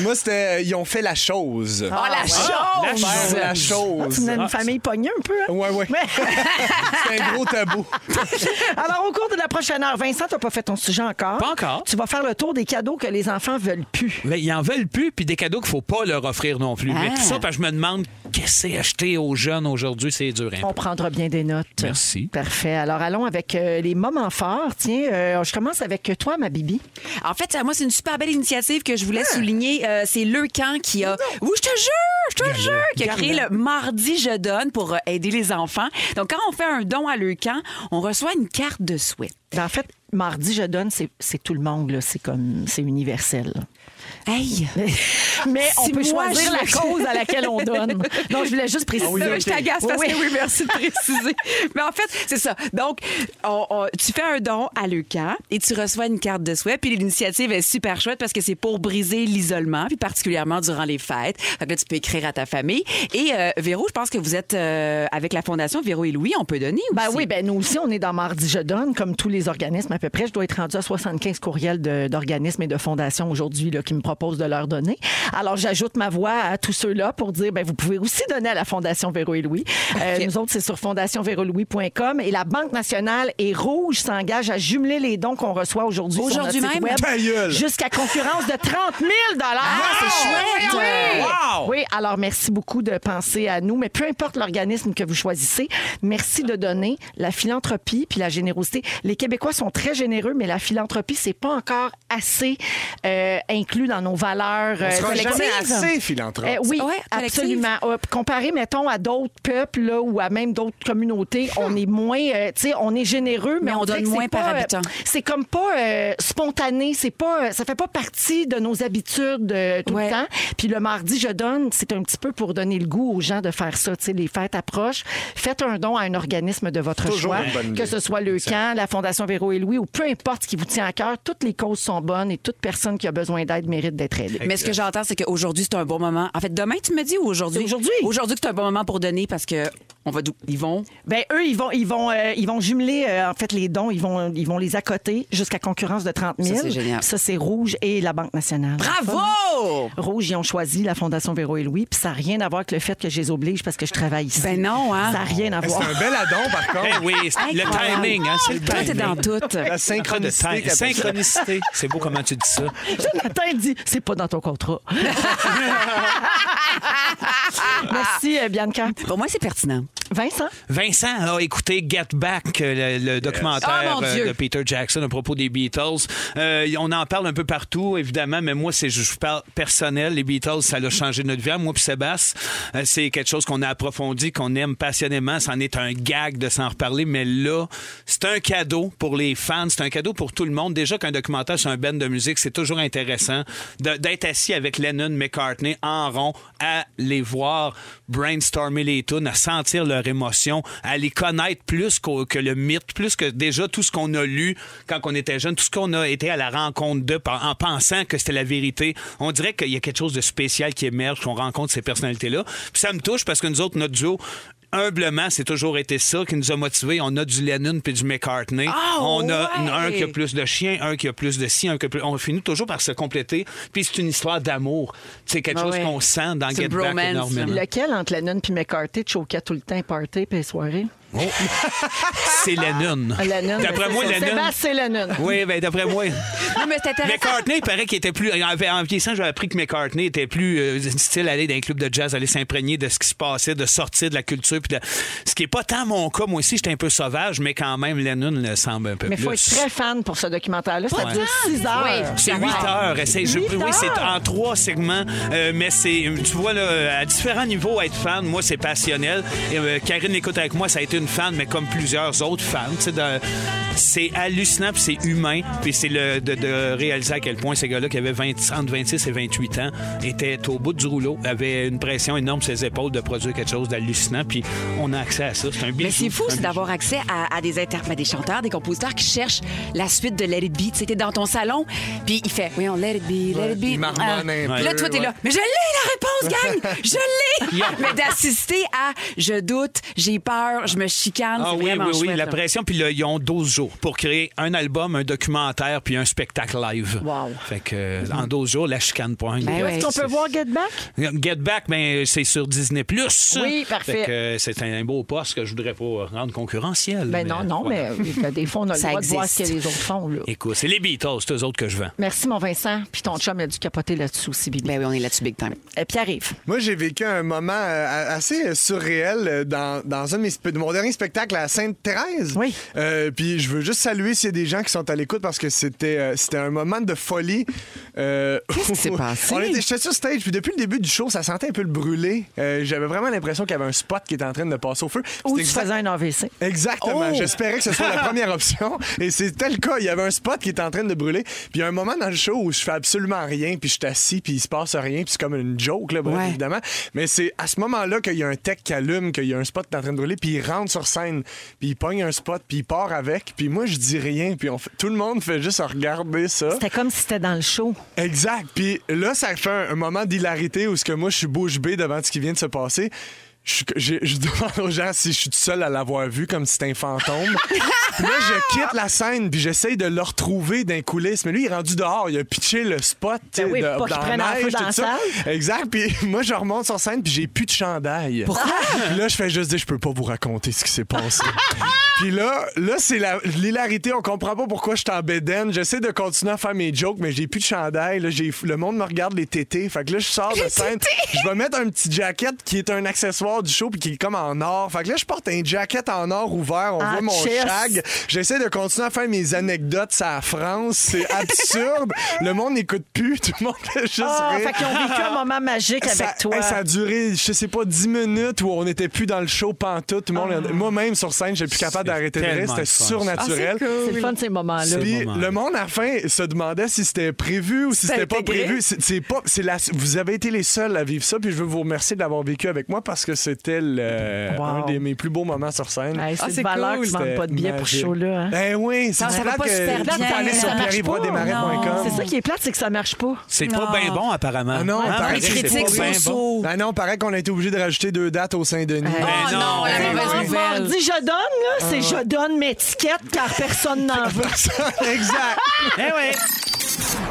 Moi, c'était. euh, Ils ont fait la chose.
Oh, la chose!
Faire la
Ah, Tu
chose.
Ah,
venais d'une famille pognée un peu. hein?
Ouais, ouais. C'est un gros tabou.
Alors, au cours de la prochaine heure, Vincent, t'as pas fait ton sujet encore.
Pas encore.
Tu vas faire le tour des cadeaux que les enfants veulent plus.
Mais ils en veulent plus, puis des cadeaux qu'il faut pas leur offrir non plus.
Ah.
Mais tout ça, parce que je me demande, qu'est-ce que c'est acheter aux jeunes aujourd'hui? C'est dur. hein.
On prendra bien des notes.
Merci.
Parfait. Alors, allons avec euh, les moments forts. Tiens, euh, je commence avec toi, ma Bibi.
En fait, moi, c'est une super belle initiative que je voulais souligner. Euh, c'est Leucan qui a. Oui, je te jure, je te jure, qui a créé le Mardi Je donne pour euh, aider les enfants. Donc, quand on fait un don à Leucan, on reçoit une carte de suite.
Ben, En fait, mardi, je donne, c'est c'est tout le monde. là. C'est comme, c'est universel.
Hey!
Mais on
Si
peut
moi,
choisir
je- Ah
la cause à laquelle on donne. Donc, je voulais juste
Ah
préciser.
Non, mais Je t'agace parce
Oui,
que oui, merci de préciser. Mais en fait, c'est ça. Donc, on- on- tu fais un don à Leucan et tu reçois une carte de souhait. Puis l'initiative est super chouette parce que c'est pour briser l'isolement, puis particulièrement durant les fêtes. Fait que là, tu peux écrire à ta famille. Et euh, Véro, je pense que vous êtes euh, avec la Fondation Véro et Louis, on peut donner aussi.
Ben oui, ben nous aussi, on est dans Mardi Je donne, comme tous les organismes à peu près. Je dois être rendu à 75 courriels de- d'organismes et de fondations aujourd'hui là, qui me proposent de leur donner. Alors, j'ajoute ma voix à tous ceux-là pour dire, ben vous pouvez aussi donner à la Fondation Véro et Louis. Euh, nous autres, c'est sur fondationvérolouis.com et la Banque nationale et Rouge s'engage à jumeler les dons qu'on reçoit aujourd'hui sur
Aujourd'hui
notre site
même?
web
Ta gueule!
jusqu'à concurrence de 30 000
c'est chouette!
oui!
Wow!
Oui, alors merci beaucoup de penser à nous, mais peu importe l'organisme que vous choisissez, merci de donner la philanthropie puis la générosité. Les Québécois sont très généreux, mais la philanthropie, c'est pas encore assez euh, inclus dans nos valeurs euh,
On sera jamais
collectives.
assez philanthrope.
Euh, oui,
Ouais, collective.
absolument. Euh, comparé, mettons, à d'autres peuples là, ou à même d'autres communautés, on est moins, euh, tu sais, on est généreux, mais,
Hmm. Mais on
dirait
donne
que c'est
moins
pas,
par
euh,
habitant.
c'est comme pas euh, spontané, c'est pas, euh, ça fait pas partie de nos habitudes euh, tout
Ouais.
le temps. Puis le mardi, je donne, c'est un petit peu pour donner le goût aux gens de faire ça. Tu sais, les fêtes approchent, faites un don à un organisme de votre
Toujours
choix,
une bonne idée.
que ce soit le camp, la Fondation Véro et Louis ou peu importe ce qui vous tient à cœur, toutes les causes sont bonnes et toute personne qui a besoin d'aide mérite d'être aidée.
Mais ce que j'entends, c'est qu'aujourd'hui, c'est un bon moment. En fait, demain, tu me dis ou aujourd'hui?
C'est aujourd'hui.
Aujourd'hui, que c'est un bon moment pour donner parce que on va d'où- ils vont.
Ben eux, ils vont, ils vont, euh, ils vont jumeler euh, en fait les dons, ils vont, ils vont les accoter jusqu'à concurrence de 30 000.
Ça, c'est génial.
Ça, c'est Rouge et la Banque nationale.
Bravo!
Rouge, ils ont choisi la Fondation Véro et Louis, puis ça n'a rien à voir avec le fait que je les oblige parce que je travaille ici.
Ben non, hein?
Ça n'a rien à
Eh, C'est
voir.
un bel addon, par
Eh
contre.
oui, c'est- le
Incroyable.
timing, hein, c'est le
Toi, t'es
timing.
dans tout.
La
Pas de
synchronicité.
timing.
qu'elle appelle ça.
Synchronicité. C'est beau comment tu dis ça.
Jonathan il dit c'est pas dans ton contrat. Merci, euh, Bianca.
Pour moi, c'est pertinent.
euh, Vincent?
Vincent a écouté Get Back, euh, le, le documentaire
Ah, mon
euh,
Dieu.
de Peter Jackson à propos des Beatles. Euh, on en parle un peu partout, évidemment, mais moi, c'est je vous parle personnel. Les Beatles, ça l'a changé notre vie. Moi puis Sébastien, euh, c'est quelque chose qu'on a approfondi, qu'on aime passionnément. C'en est un gag de s'en reparler, mais là, c'est un cadeau pour les fans, c'est un cadeau pour tout le monde. Déjà qu'un documentaire sur un band de musique, c'est toujours intéressant de- d'être assis avec Lennon, McCartney en rond, à les voir brainstormer les tunes, à sentir leur émotion, à les connaître plus qu'au- que le mythe, plus que déjà tout ce qu'on a lu quand on était jeune, tout ce qu'on a été à la rencontre de par- en pensant que c'était la vérité. On dirait qu'il y a quelque chose de spécial qui émerge, qu'on rencontre ces personnalités-là. Puis ça me touche parce que nous autres, notre duo, humblement, c'est toujours été ça qui nous a motivés. On a du Lennon puis du McCartney.
Ah,
on
ouais!
a un qui a plus de chiens, un qui a plus de ci, un qui a plus... On finit toujours par se compléter. Puis c'est une histoire d'amour. C'est quelque
Ah
chose
ouais.
qu'on sent dans
C'est
Get
une
Back
bromance,
énormément.
Lequel entre Lennon puis McCarthy choquait tout le temps party puis les soirées?
C'est Lennon.
Ah, Lennon.
D'après
ben,
moi,
c'est ça.
Lennon...
Sébastien, c'est Lennon.
Oui, ben d'après moi.
Non, mais c'est intéressant.
McCartney, il paraît qu'il était plus. En en vieillissant, j'avais appris que McCartney était plus euh, style aller dans un club de jazz, aller s'imprégner de ce qui se passait, de sortir de la culture. Puis de- Ce qui n'est pas tant mon cas. Moi aussi, j'étais un peu sauvage, mais quand même, Lennon le semble un peu
Mais il
plus.
faut être très fan pour ce documentaire-là. Ça
Ouais.
dure 6 heures.
C'est 8 heures. Essaye- je-
Huit
oui, c'est
heures?
en trois segments. euh, mais c'est, tu vois, là, à différents niveaux, être fan, moi, c'est passionnel. Et, euh, Karine écoute avec moi, ça a été une fan, mais comme plusieurs autres fans. tu sais, de- c'est hallucinant, puis c'est humain. Puis c'est le, de, de réaliser à quel point ces gars-là qui avaient 20, entre 26 et 28 ans étaient au bout du rouleau, avaient une pression énorme sur ses épaules de produire quelque chose d'hallucinant. Puis on a accès à ça. C'est un bijou.
Mais c'est fou,
un
c'est
bijou.
d'avoir accès à, à des interprètes, à des chanteurs, des compositeurs qui cherchent la suite de Let It Be. Tu sais, t'es dans ton salon, puis il fait Oui, on Let It Be, Let It Be. Ah.
il marmonne un
Puis
peu,
là, toi, t'es
ouais.
là. Mais je l'ai, la réponse, gang! Je l'ai! Mais d'assister à Je doute, j'ai peur, je me chicane,
Ah
c'est
oui,
vraiment
oui, oui,
chouette,
la
là.
pression. Puis là, ils ont 12 jours pour créer un album, un documentaire, puis un spectacle live.
Wow.
Fait que, euh, en 12 jours, la chicane point.
Ben
Est-ce
ouais.
qu'on peut voir Get Back?
Get Back, ben, c'est sur Disney+.
Oui, parfait.
Fait que, euh, c'est un beau poste que je voudrais pas rendre concurrentiel.
Ben non, non,
voilà.
mais euh, des fois, on a le
Ça
droit de voir ce
existe.
que les autres font. là.
Écoute, c'est les Beatles, c'est eux autres que je vends.
Merci, mon Vincent. Puis ton chum a dû capoter là-dessus aussi, Bibi.
Ben
Eh,
oui, on est là-dessus, big time.
Oh
Et puis arrive.
Moi, j'ai vécu un moment euh, assez euh, surréel euh, dans, dans un de, mes spe- de mon dernier spectacle à Sainte-Thérèse.
Oui.
Euh, puis je veux juste saluer s'il y a des gens qui sont à l'écoute parce que c'était euh, c'était un moment de folie. Euh,
Qu'est-ce qui s'est passé?
On était, j'étais sur stage, puis depuis le début du show, ça sentait un peu le brûlé. Euh, J'avais vraiment l'impression qu'il y avait un spot qui était en train de passer au feu.
Ou
C'était
tu
exact-
faisais un AVC.
Exactement. J'espérais que ce soit la première option. Et c'était le cas. Il y avait un spot qui était en train de brûler. Puis il y a un moment dans le show où je fais absolument rien, puis je suis assis, puis il se passe rien, puis c'est comme une joke, là, bref,
Ouais.
évidemment. Mais c'est à ce moment-là qu'il y a un tech qui allume, qu'il y a un spot qui est en train de brûler, puis il rentre sur scène, puis il pogne un spot, puis il part avec, puis moi, je dis rien, puis on fait- tout le monde fait juste regarder ça.
C'était comme si c'était dans le show.
Exact. Puis là, ça fait un, un moment d'hilarité où ce que moi, je suis bouche bée devant ce qui vient de se passer. Je, suis- j'ai- je demande aux gens si je suis tout seul à l'avoir vu comme si c'était un fantôme. Puis là, je quitte la scène puis j'essaye de le retrouver d'un coulisse. Mais lui, il est rendu dehors. Il a pitché le spot tu sais,
Ben oui,
de-
faut pas qu'il
dans la
prenne un feu
neige,
dans
tout
la
ça. Exact. Puis moi, je remonte sur scène puis j'ai plus de chandail. Pourquoi? là, je fais juste dire, je peux pas vous raconter ce qui s'est passé. Puis là, là c'est la- l'hilarité. On comprend pas pourquoi je suis en bédaine. J'essaie de continuer à faire mes jokes, mais j'ai plus de chandail. Là, j'ai- le monde me regarde les tétés. Fait que là, je sors de scène. Je vais mettre un petit jacket qui est un accessoire du show puis qui est comme en or. Fait que là, je porte un jacket en or ouvert. On
Ah,
voit mon
chess.
shag. J'essaie de continuer à faire mes anecdotes à France. C'est absurde. le monde n'écoute plus. Tout le monde fait juste
Ah,
rire.
fait qu'ils ont vécu un moment magique
Ça,
avec toi.
hey, ça a duré, je sais pas, 10 minutes où on n'était plus dans le show pantoute. Tout le monde-
Ah.
Moi-même, sur scène, j'étais plus capable
C'est
d'arrêter de rire.
tellement
C'était
le fun, ça.
surnaturel.
C'est le fun de ces moments-là.
Puis
C'est le moment.
le monde à la fin se demandait si c'était prévu ou si
C'était
c'était pas
intégré.
prévu. C'est c'est pas, c'est la, vous avez été les seuls à vivre ça, puis je veux vous remercier de l'avoir vécu avec moi parce que c'était le-
Wow.
un de mes plus beaux moments sur scène.
Hey, c'est
Ah,
de
c'est
valeur
cool.
que tu vendes pas de billets pour ce
Magique.
show-là. hein.
Ben oui, c'est
Non,
du
ça va
plate
pas
que
super
vous
bien.
pouvez aller
Ça
sur
marche
pierre-yvoix-desmarais.com.
C'est ça qui est plate, c'est que ça marche pas.
C'est pas
Non.
bien bon, apparemment.
Ah non,
Hein,
les
pareil, c'est
critiques
pas
sont
bien bon.
sourds.
Ben non, paraît qu'on a été obligé de rajouter deux dates au Saint-Denis.
Oh
Ben
non,
non,
la
ben
mauvaise
On m'a
nouvelle.
dit je donne, là, c'est je donne mes tickets car personne n'en veut.
Ah, exact.
Eh ouais.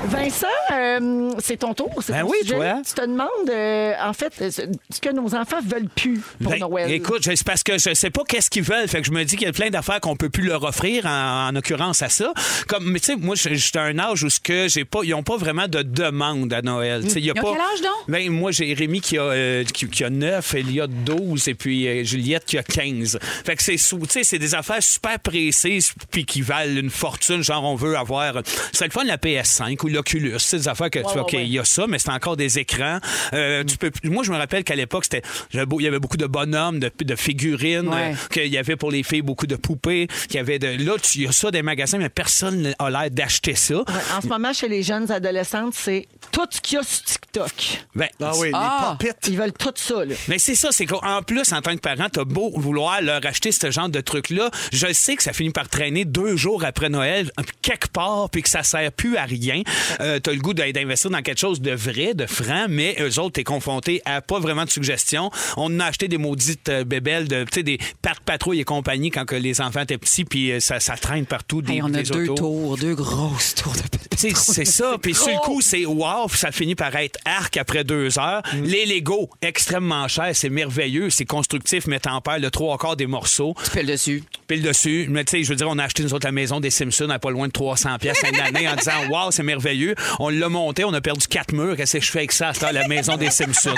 Vincent, euh, c'est ton tour. c'est
Ben
ton
oui,
sujet.
toi.
Tu te demandes, euh, en fait, euh, ce que nos enfants veulent plus pour
Ben,
Noël.
Écoute, je- c'est parce que je sais pas qu'est-ce qu'ils veulent. Fait que je me dis qu'il y a plein d'affaires qu'on peut plus leur offrir en, en l'occurrence à ça. Comme, mais tu sais, moi, je- j'étais à un âge où ce que j'ai pas, ils ont pas vraiment de demande à Noël. Tu sais, il y a
Ils ont
pas-
quel âge, donc?
Ben, moi, j'ai Rémi qui a, euh, qui, qui a 9, Elia 12 et puis euh, Juliette qui a 15. Fait que c'est, sous- tu sais, c'est des affaires super précises puis qui valent une fortune. Genre, on veut avoir, c'est le fun, la PS5 ou l'Oculus. C'est des affaires que tu,
ouais,
OK,
ouais.
il y a ça, mais c'est encore des écrans. Euh, tu peux, moi, je me rappelle qu'à l'époque, c'était, j'avais beau- il y avait beaucoup de bonhommes, de, de figurines,
Ouais.
euh, qu'il y avait pour les filles beaucoup de poupées, qu'il y avait de, là, tu, il y a ça des magasins, mais personne n'a l'air d'acheter ça.
Ouais, en ce moment, chez les jeunes adolescentes, c'est tout ce qu'il y a sur TikTok.
Ben,
Ah oui,
Ah!
les popites.
Ils veulent tout ça, là.
Mais c'est ça, c'est qu'en plus, en tant que parent, t'as beau vouloir leur acheter ce genre de truc-là. Je sais que ça finit par traîner deux jours après Noël, quelque part, puis que ça sert plus à rien. Euh, t'as le goût d'a- d'investir dans quelque chose de vrai, de franc, mais eux autres, t'es confronté à pas vraiment de suggestions. On a acheté des maudites euh, bébelles, de, tu sais, des parcs patrouilles et compagnie quand que les enfants étaient petits, puis euh, ça, ça traîne partout. Des,
Hey, on a
des
deux
autos.
tours, deux grosses tours de
Tu sais, C'est ça. Puis sur le coup, c'est wow, puis ça finit par être arc après deux heures. Les Lego, extrêmement chers, c'est merveilleux, c'est constructif, met en paire le trois quarts des morceaux,
Tu pèles dessus.
pile dessus. Mais tu sais, je veux dire, on a acheté nous autres la maison des Simpsons à pas loin de 300 pièces une année en disant wow, c'est merveilleux. On l'a monté, on a perdu quatre murs. Qu'est-ce que je fais avec ça à cette heure, la maison des Simpsons?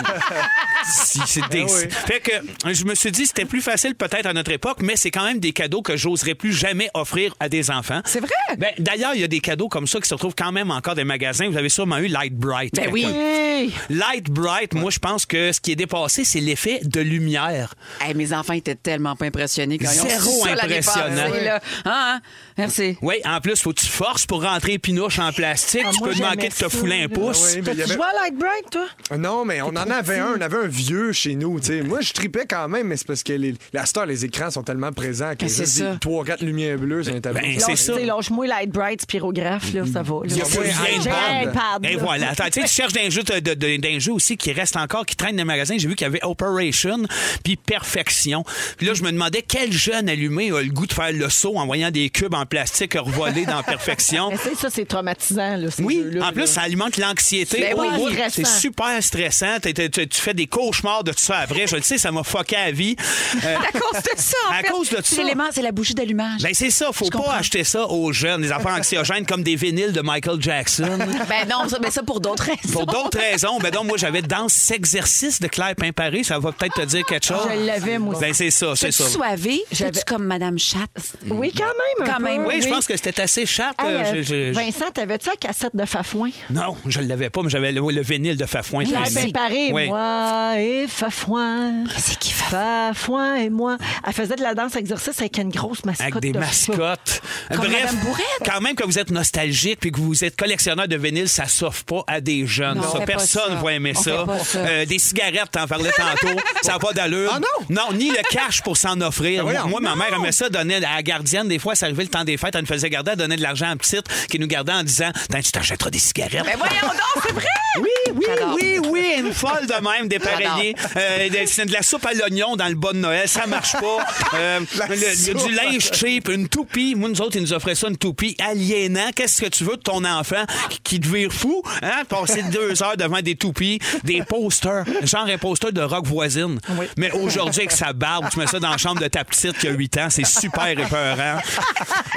Si,
Ben
c'est des-
oui.
Fait que je me suis dit, c'était plus facile peut-être à notre époque, mais c'est quand même des cadeaux que j'oserais plus jamais offrir à des enfants.
C'est vrai?
Ben, D'ailleurs, il y a des cadeaux comme ça qui se retrouvent quand même encore dans les magasins. Vous avez sûrement eu Light Bright.
Ben oui.
Hey!
Light Bright, moi, je pense que ce qui est dépassé, c'est l'effet de lumière.
Hey, mes enfants étaient tellement pas impressionnés quand ils ont
Zéro
su ça l'année
impressionnant.
passée, là. Hein, hein? Merci.
Oui, en plus, faut que tu forces pour rentrer pinouche en plastique.
Ah,
tu
moi,
peux te
j'aimais
manquer de te
ça,
fouler
là.
un
Ah
pouce.
Ah Oui, mais il y
T'as-tu
avait-
joué à Light Bright, toi?
Non, mais on en avait un. On avait un vieux chez nous. tu sais. Moi, je tripais quand même, mais c'est parce que les, la star, les écrans sont tellement présents que
Ben, c'est
juste
ça.
des trois, quatre lumières bleues sur un tableau.
Ben,
Lâche-
c'est ça.
tu sais, Lâche-moi Light Bright, spirographe, là, ça va. là.
Il y a pas
Ouais,
rien de
ah J'ai un
bon.
iPad,
Et
là.
voilà. Attends, tu sais, tu cherches d'un jeu, de- de- de- d'un jeu aussi qui reste encore, qui traîne dans les magasins. J'ai vu qu'il y avait Operation puis Perfection. Puis là, je me demandais quel jeune allumé a le goût de faire le saut en voyant des cubes en plastique revolés dans Perfection.
Mais tu sais, ça, c'est traumatisant, là, ces
Oui,
jeux-là,
en plus,
là.
ça alimente l'anxiété.
Ben
au
oui,
bout.
stressant.
c'est super stressant. T'es- t'es- t'es- tu fais des cauchemars de tout ça après. Je le sais, ça m'a fucké à la vie. Euh,
À cause de ça, en
À
fait.
cause de
C'est
ça.
l'élément, c'est la bougie d'allumage.
ben c'est ça, faut
Je
pas
comprends.
acheter ça aux jeunes, des affaires anxiogènes comme des vinyles de Michael Jackson.
Ben non, ça- mais ça pour d'autres raisons.
Pour d'autres raisons, ben donc moi j'avais danse exercice de Claire Pimparé, ça va peut-être te dire quelque chose.
Je l'avais, moi aussi.
Ben c'est ça, c'est
T'as-tu
ça.
soivé? T'as-tu comme Madame Chatte?
Oui, quand même. un
Quand même,
peu,
Oui, je pense que c'était assez charte.
Hey,
euh,
euh,
je- je- je-
Vincent, t'avais-tu la cassette de Fafouin?
Non, je l'avais pas, mais j'avais le, le vinyle de Fafouin.
Claire
Claire
Pimparé,
Oui.
moi et Fafouin.
C'est qui fait?
Fafouin et moi. Elle faisait de la danse exercice avec une grosse mascotte.
avec des
de chat.
mascottes.
Comme
Bref,
Madame Bourrette.
quand même que vous êtes nostalgique puis que vous êtes collectionneur de vinyle, ça s'offre pas à des jeunes.
Non, on
ça,
fait pas
personne
ça.
va aimer
On
ça.
fait pas ça.
Euh, des cigarettes, t'en parlais tantôt. ça n'a pas d'allure.
Ah non?
Non, ni le cash pour s'en offrir.
Ben voyons.
Moi, ma mère aimait ça, donnait à la gardienne. Des fois, ça arrivait le temps des fêtes, elle nous faisait garder, elle donnait de l'argent à la petite qui nous gardait en disant Tiens, Tu t'achèteras des cigarettes.
Ben voyons donc, c'est vrai!
Oui, oui,
J'adore.
oui, oui, une folle de même, dépareillée. Euh, de- c'est de la soupe à l'oignon dans le bas de Noël, ça marche pas. Euh,
La
le- Il y a
soupe.
du linge cheap, une toupie. Moi, nous autres, ils nous offraient ça, une toupie aliénant. Qu'est-ce que tu veux de ton enfant qui- qui devient fou, hein, passer deux heures devant des toupies, des posters, genre un poster de rock voisine. Mais aujourd'hui, avec sa barbe, tu mets ça dans la chambre de ta petite qui a 8 ans, c'est super épeurant.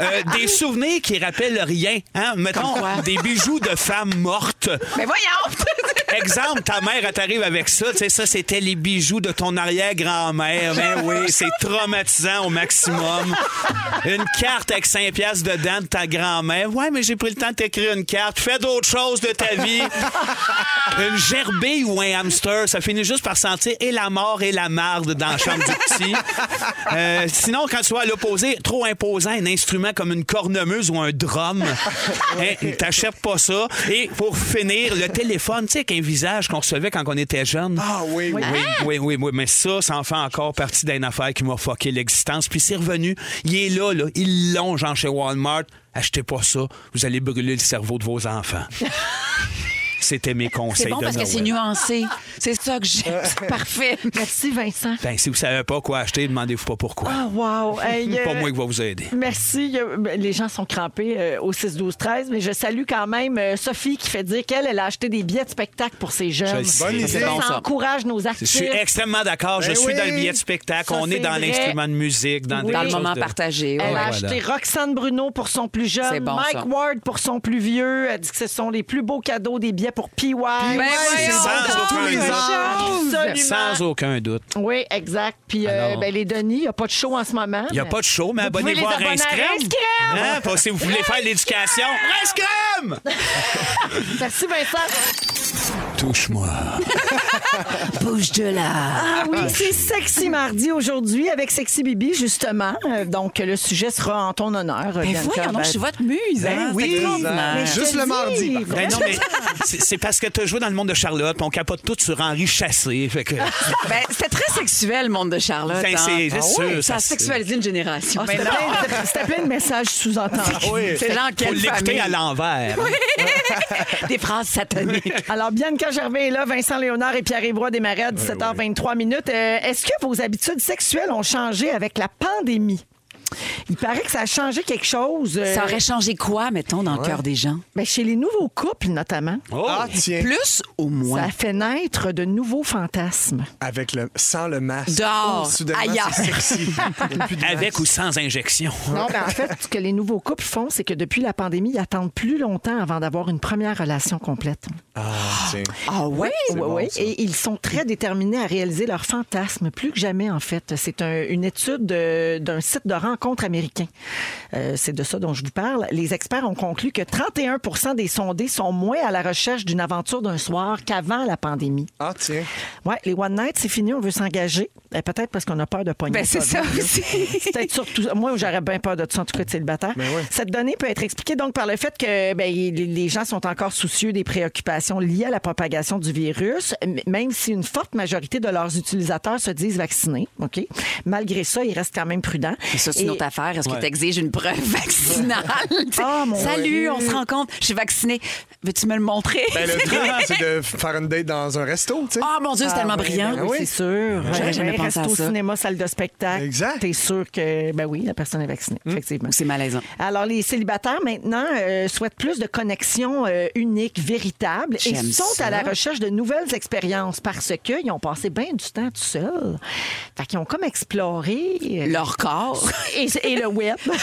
Euh, des souvenirs qui rappellent rien, hein, mettons, des bijoux de femmes mortes.
Mais voyons!
Exemple, ta mère, elle t'arrive avec ça. Tu sais, ça, c'était les bijoux de ton arrière-grand-mère. Ben oui, c'est traumatisant au maximum. Une carte avec 5 piastres dedans de ta grand-mère. Ouais, mais j'ai pris le temps de t'écrire une carte. Fais d'autres choses de ta vie. Une gerbille ou un hamster, ça finit juste par sentir et la mort et la marde dans la chambre du petit. Euh, sinon, quand tu vas à l'opposé, trop imposant, un instrument comme une cornemuse ou un drum, hein, t'achètes pas ça. Et pour finir, le téléphone, tu sais, avec un visage qu'on recevait quand on était jeune.
Ah oui, oui.
Oui,
Hein?
oui, oui, oui, mais ça, ça en fait encore partie d'une affaire qui m'a fucké l'existence. Puis c'est revenu, il est là, là, ils l'ont, genre chez Walmart. Achetez pas ça, vous allez brûler le cerveau de vos enfants. c'était mes conseils
C'est bon
de
parce que
Noël.
c'est nuancé. C'est ça que j'aime. C'est Parfait.
Merci, Vincent.
Ben, si vous savez pas quoi acheter, demandez-vous pas pourquoi.
Ah, wow. Hey,
C'est
euh,
Pas moi qui va vous aider.
Merci. Il y a- ben, Les gens sont crampés euh, au 6-12-13, mais je salue quand même euh, Sophie qui fait dire qu'elle, elle a acheté des billets de spectacle pour ses
Je le
jeunes.
sais.
Bonne idée.
Ça,
bon,
ça
ça.
encourage nos
Je
artistes.
suis extrêmement d'accord. Je
Ben
suis
oui.
dans le billet de spectacle.
Ça,
On
c'est
est dans
vrai.
l'instrument de musique, dans,
Oui.
des
Dans le
choses
moment
de-
partagé, oui.
Elle
Ouais,
a
voilà.
acheté Roxane Bruno pour son plus jeune,
C'est bon,
Mike
ça.
Ward pour son plus vieux. Elle dit que ce sont les plus beaux cadeaux des billets pour PY.
c'est
Ben voyons
bon pour
donc.
tous les âges.
Absolument.
Sans aucun doute.
Oui, exact. Puis euh,
Alors-
ben, les Denis, il n'y a pas de show en ce moment.
Il n'y a pas de show, mais
Vous pouvez
abonnez-vous à
les abonner à
Rinscrème.
Rinscrème.
Hein? Parce que si vous voulez faire de l'éducation, Rinscrème!
Merci, Vincent.
Touche-moi.
Bouge de là.
Ah oui, c'est Sexy Mardi aujourd'hui avec Sexy Bibi, justement. Euh, donc, le sujet sera en ton honneur.
Mais
Bianca.
Ben voyons donc, je suis votre muse. hein,
Ben oui,
c'est extraordinaire.
Mais je
Juste
te
le
dis,
mardi.
Ben non, mais c'est c'est parce que tu as joué dans le monde de Charlotte, puis on capote tout sur Henri Chassé. Fait que,
Ben, C'était très sexuel, le monde de Charlotte.
Ben, c'est-
hein.
c'est
Ah ouais, Ça
sûr,
a
ça, Ah, c'est-
sexualisé une génération. Ben,
C'était plein- C'était plein de messages sous-entendus.
C'est dans
faut
quelle
l'écouter
famille?
à l'envers.
Des phrases sataniques.
Alors, Bianca Gervais est là, Vincent Léonard et Pierre Évroy Desmarais à 17h23 minutes. Euh, Est-ce que vos habitudes sexuelles ont changé avec la pandémie? Il paraît que ça a changé quelque chose. euh,
Ça aurait changé quoi, mettons, dans le cœur des gens?
ben, chez les nouveaux couples, notamment.
Oh.
Ah, tiens.
Plus ou
Ça
moins?
a fait naître de nouveaux fantasmes.
Avec le, sans le masque.
Dehors.
Oh, soudainement,
Ailleurs.
c'est sexy.
Avec ou sans injection.
Non, mais en fait, ce que les nouveaux couples font, c'est que depuis la pandémie, ils attendent plus longtemps avant d'avoir une première relation complète.
Ah, tiens.
Ah ouais?
Oui,
bon,
oui.
ça.
Et ils sont très déterminés à réaliser leur fantasme, plus que jamais, en fait. C'est un- une étude de- d'un site de rencontre américain. Euh, C'est de ça dont je vous parle. Les experts ont conclu que 31 des sondés sont moins à la recherche d'une aventure d'un soir qu'avant la pandémie.
Ah, tiens.
Ouais, les one night, c'est fini, on veut s'engager. Eh, Peut-être parce qu'on a peur de pogner.
Ben,
le
c'est
COVID,
ça
là.
aussi.
C'est peut-être surtout. Moi, j'aurais bien peur de ça, en tout cas, de célibataire. Cette donnée peut être expliquée donc par le fait que ben, les- les gens sont encore soucieux des préoccupations liées à la propagation du virus, m- même si une forte majorité de leurs utilisateurs se disent vaccinés. OK? Malgré ça, ils restent quand même prudents.
Mais ça, c'est une
Et-
autre affaire. Est-ce
Ouais.
que tu exiges une preuve vaccinale? Tu sais,
Ah, mon
Salut,
Dieu.
on se rencontre. Je suis vaccinée. Veux-tu me le montrer?
Ben, le truc, c'est de faire une date dans un resto, tu sais.
Ah, mon Dieu, c'est tellement brillant.
Ben oui, c'est sûr.
J'aurais jamais
Ben,
pensé
reste
à
au
ça.
cinéma, salle de spectacle.
Exact.
T'es sûr que, ben oui, la personne est vaccinée,
Hmm.
effectivement.
C'est malaisant.
Alors, les célibataires, maintenant, euh, souhaitent plus de connexions euh, uniques, véritables, et
J'aime
sont
ça.
à la recherche de nouvelles expériences parce qu'ils ont passé bien du temps tout seuls. Fait qu'ils ont comme exploré... euh,
Leur corps.
Et, et le web. Ben,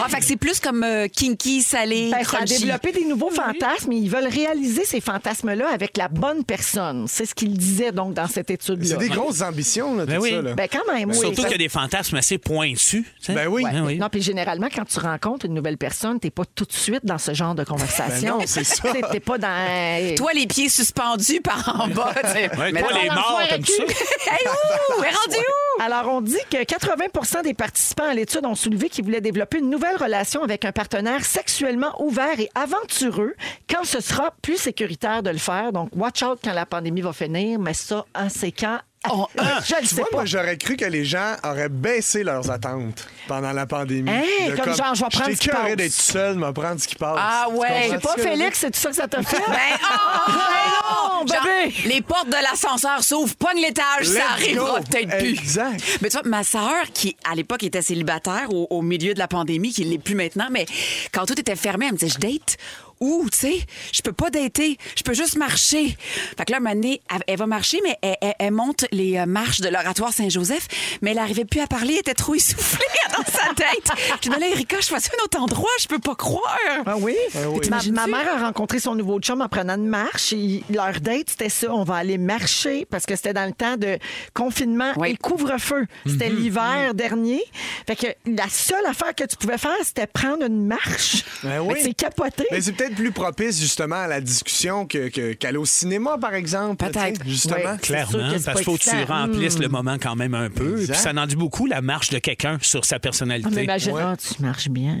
ah, fait que c'est plus comme euh, kinky, salé,
Ben, ça a
crunchy.
développé des nouveaux fantasmes et ils veulent réaliser ces fantasmes-là avec la bonne personne. C'est ce qu'ils disaient donc dans cette étude-là.
C'est des grosses ambitions, là,
Ben
tout
oui.
ça. Là.
Ben, quand même, oui.
Surtout
Parce-
qu'il y a des fantasmes assez pointus. tu sais.
Ben oui.
Ah
Non, puis généralement, quand tu rencontres une nouvelle personne, t'es pas tout de suite dans ce genre de conversation.
Ben non, c'est ça.
T'sais, T'es pas dans. euh,
Toi, les pieds suspendus par en bas. tu sais.
Ouais,
Mais
toi,
non.
les
dans le
morts,
foire à
t'aimes
cul.
ça?
Hey, où? Elle est rendue où?
Alors, on dit que 80 des participants à l'étude ont soulevé qu'ils voulaient développer une nouvelle relation avec un partenaire sexuellement ouvert et aventureux quand ce sera plus sécuritaire de le faire. Donc, watch out quand la pandémie va finir, mais ça, hein, c'est quand?
On-
je le
Ah, hein? Tu
sais
vois,
pas.
moi, j'aurais cru que les gens auraient baissé leurs attentes pendant la pandémie.
Hey,
De
Hein? comme genre, je vais prendre
j'étais
ce qui
écoeuré
passe.
d'être tout seul, de me prendre ce qui passe.
Ah
Tu
ouais. Je
comprends
C'est
sais
ce
pas
que je veux
Félix, c'est tout ça que ça t'a fait?
Ben, oh,
Ben non,
Genre,
bébé.
les portes de l'ascenseur s'ouvrent, pogne l'étage,
Let's
ça arrivera
go.
peut-être plus.
Exact.
Mais tu vois, ma sœur, qui à l'époque était célibataire au, au milieu de la pandémie, qui ne l'est plus maintenant, mais quand tout était fermé, elle me disait, je date. Ou, tu sais, je peux pas dater, je peux juste marcher. Fait que là, un moment donné, elle, elle va marcher, mais elle, elle- elle monte les euh, marches de l'oratoire Saint-Joseph, mais elle n'arrivait plus à parler, elle était trop essoufflée dans sa tête. Je dis, mais là, Erika, je suis à un autre endroit, je peux pas croire.
Ah oui?
oui.
Ma,
T'imagines-tu?
ma mère a rencontré son nouveau chum en prenant une marche. et leur date, c'était ça. On va aller marcher parce que c'était dans le temps de confinement
Oui.
et couvre-feu. C'était
Mhm.
l'hiver dernier. Fait que la seule affaire que tu pouvais faire, c'était prendre une marche.
Ben oui.
Fait que C'est capoté.
Mais c'est peut-être plus propice, justement, à la discussion qu'aller que, qu'aller au cinéma, par exemple.
Peut-être.
tu sais, Justement.
Ouais. C'est sûr
Clairement,
que c'est
parce qu'il faut
pas
que tu
excitant.
remplisses le moment quand même un peu.
Exact.
Puis ça en dit beaucoup, la marche de quelqu'un sur sa
Ah, mais
personnalité.
imagine, ah, tu marches bien.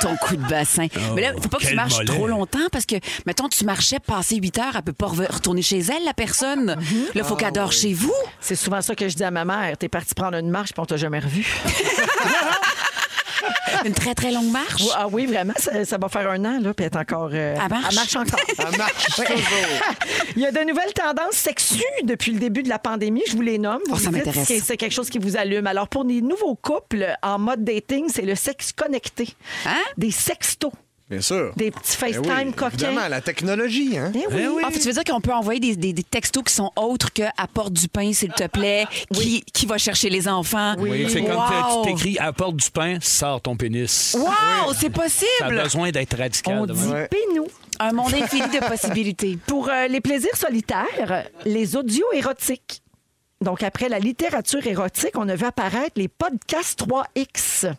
ton coup de bassin. mais là, faut pas que tu
Oh, quel
marches
mollet.
trop longtemps parce que, mettons, tu marchais passer 8 heures, elle peut pas re- retourner chez elle, la personne. Là, faut qu'elle
Ah,
dort chez vous.
C'est souvent ça que je dis à ma mère. T'es parti prendre une marche puis on t'a jamais revu.
Une très, très longue marche.
Oui, Ah oui, vraiment, ça, ça va faire un an, là, puis elle est encore. euh,
Elle marche.
encore.
Elle marche toujours.
Il y a de nouvelles tendances sexues depuis le début de la pandémie. Je vous les nomme. Vous
Oh, ça
me dites
m'intéresse.
si C'est quelque chose qui vous allume. Alors, pour les nouveaux couples en mode dating, c'est le sexe connecté.
Hein?
Des sextos,
Bien sûr.
des petits
Ben
FaceTime
oui, Évidemment,
coquins.
la technologie, hein?
Eh oui.
Eh oui.
Ah, fait que tu veux dire qu'on peut envoyer des, des- des textos qui sont autres que apporte du pain, s'il te plaît, qui, qui va chercher les enfants.
Oui, c'est comme
Wow!
tu t'écris apporte du pain, sors ton pénis.
Wow, c'est
Ça a
possible!
besoin d'être radical.
On
de
dit
même.
Ouais.
pénou.
Un monde infini de possibilités.
Pour euh, les plaisirs solitaires, les audios érotiques. Donc, après la littérature érotique, on a vu apparaître les podcasts 3X.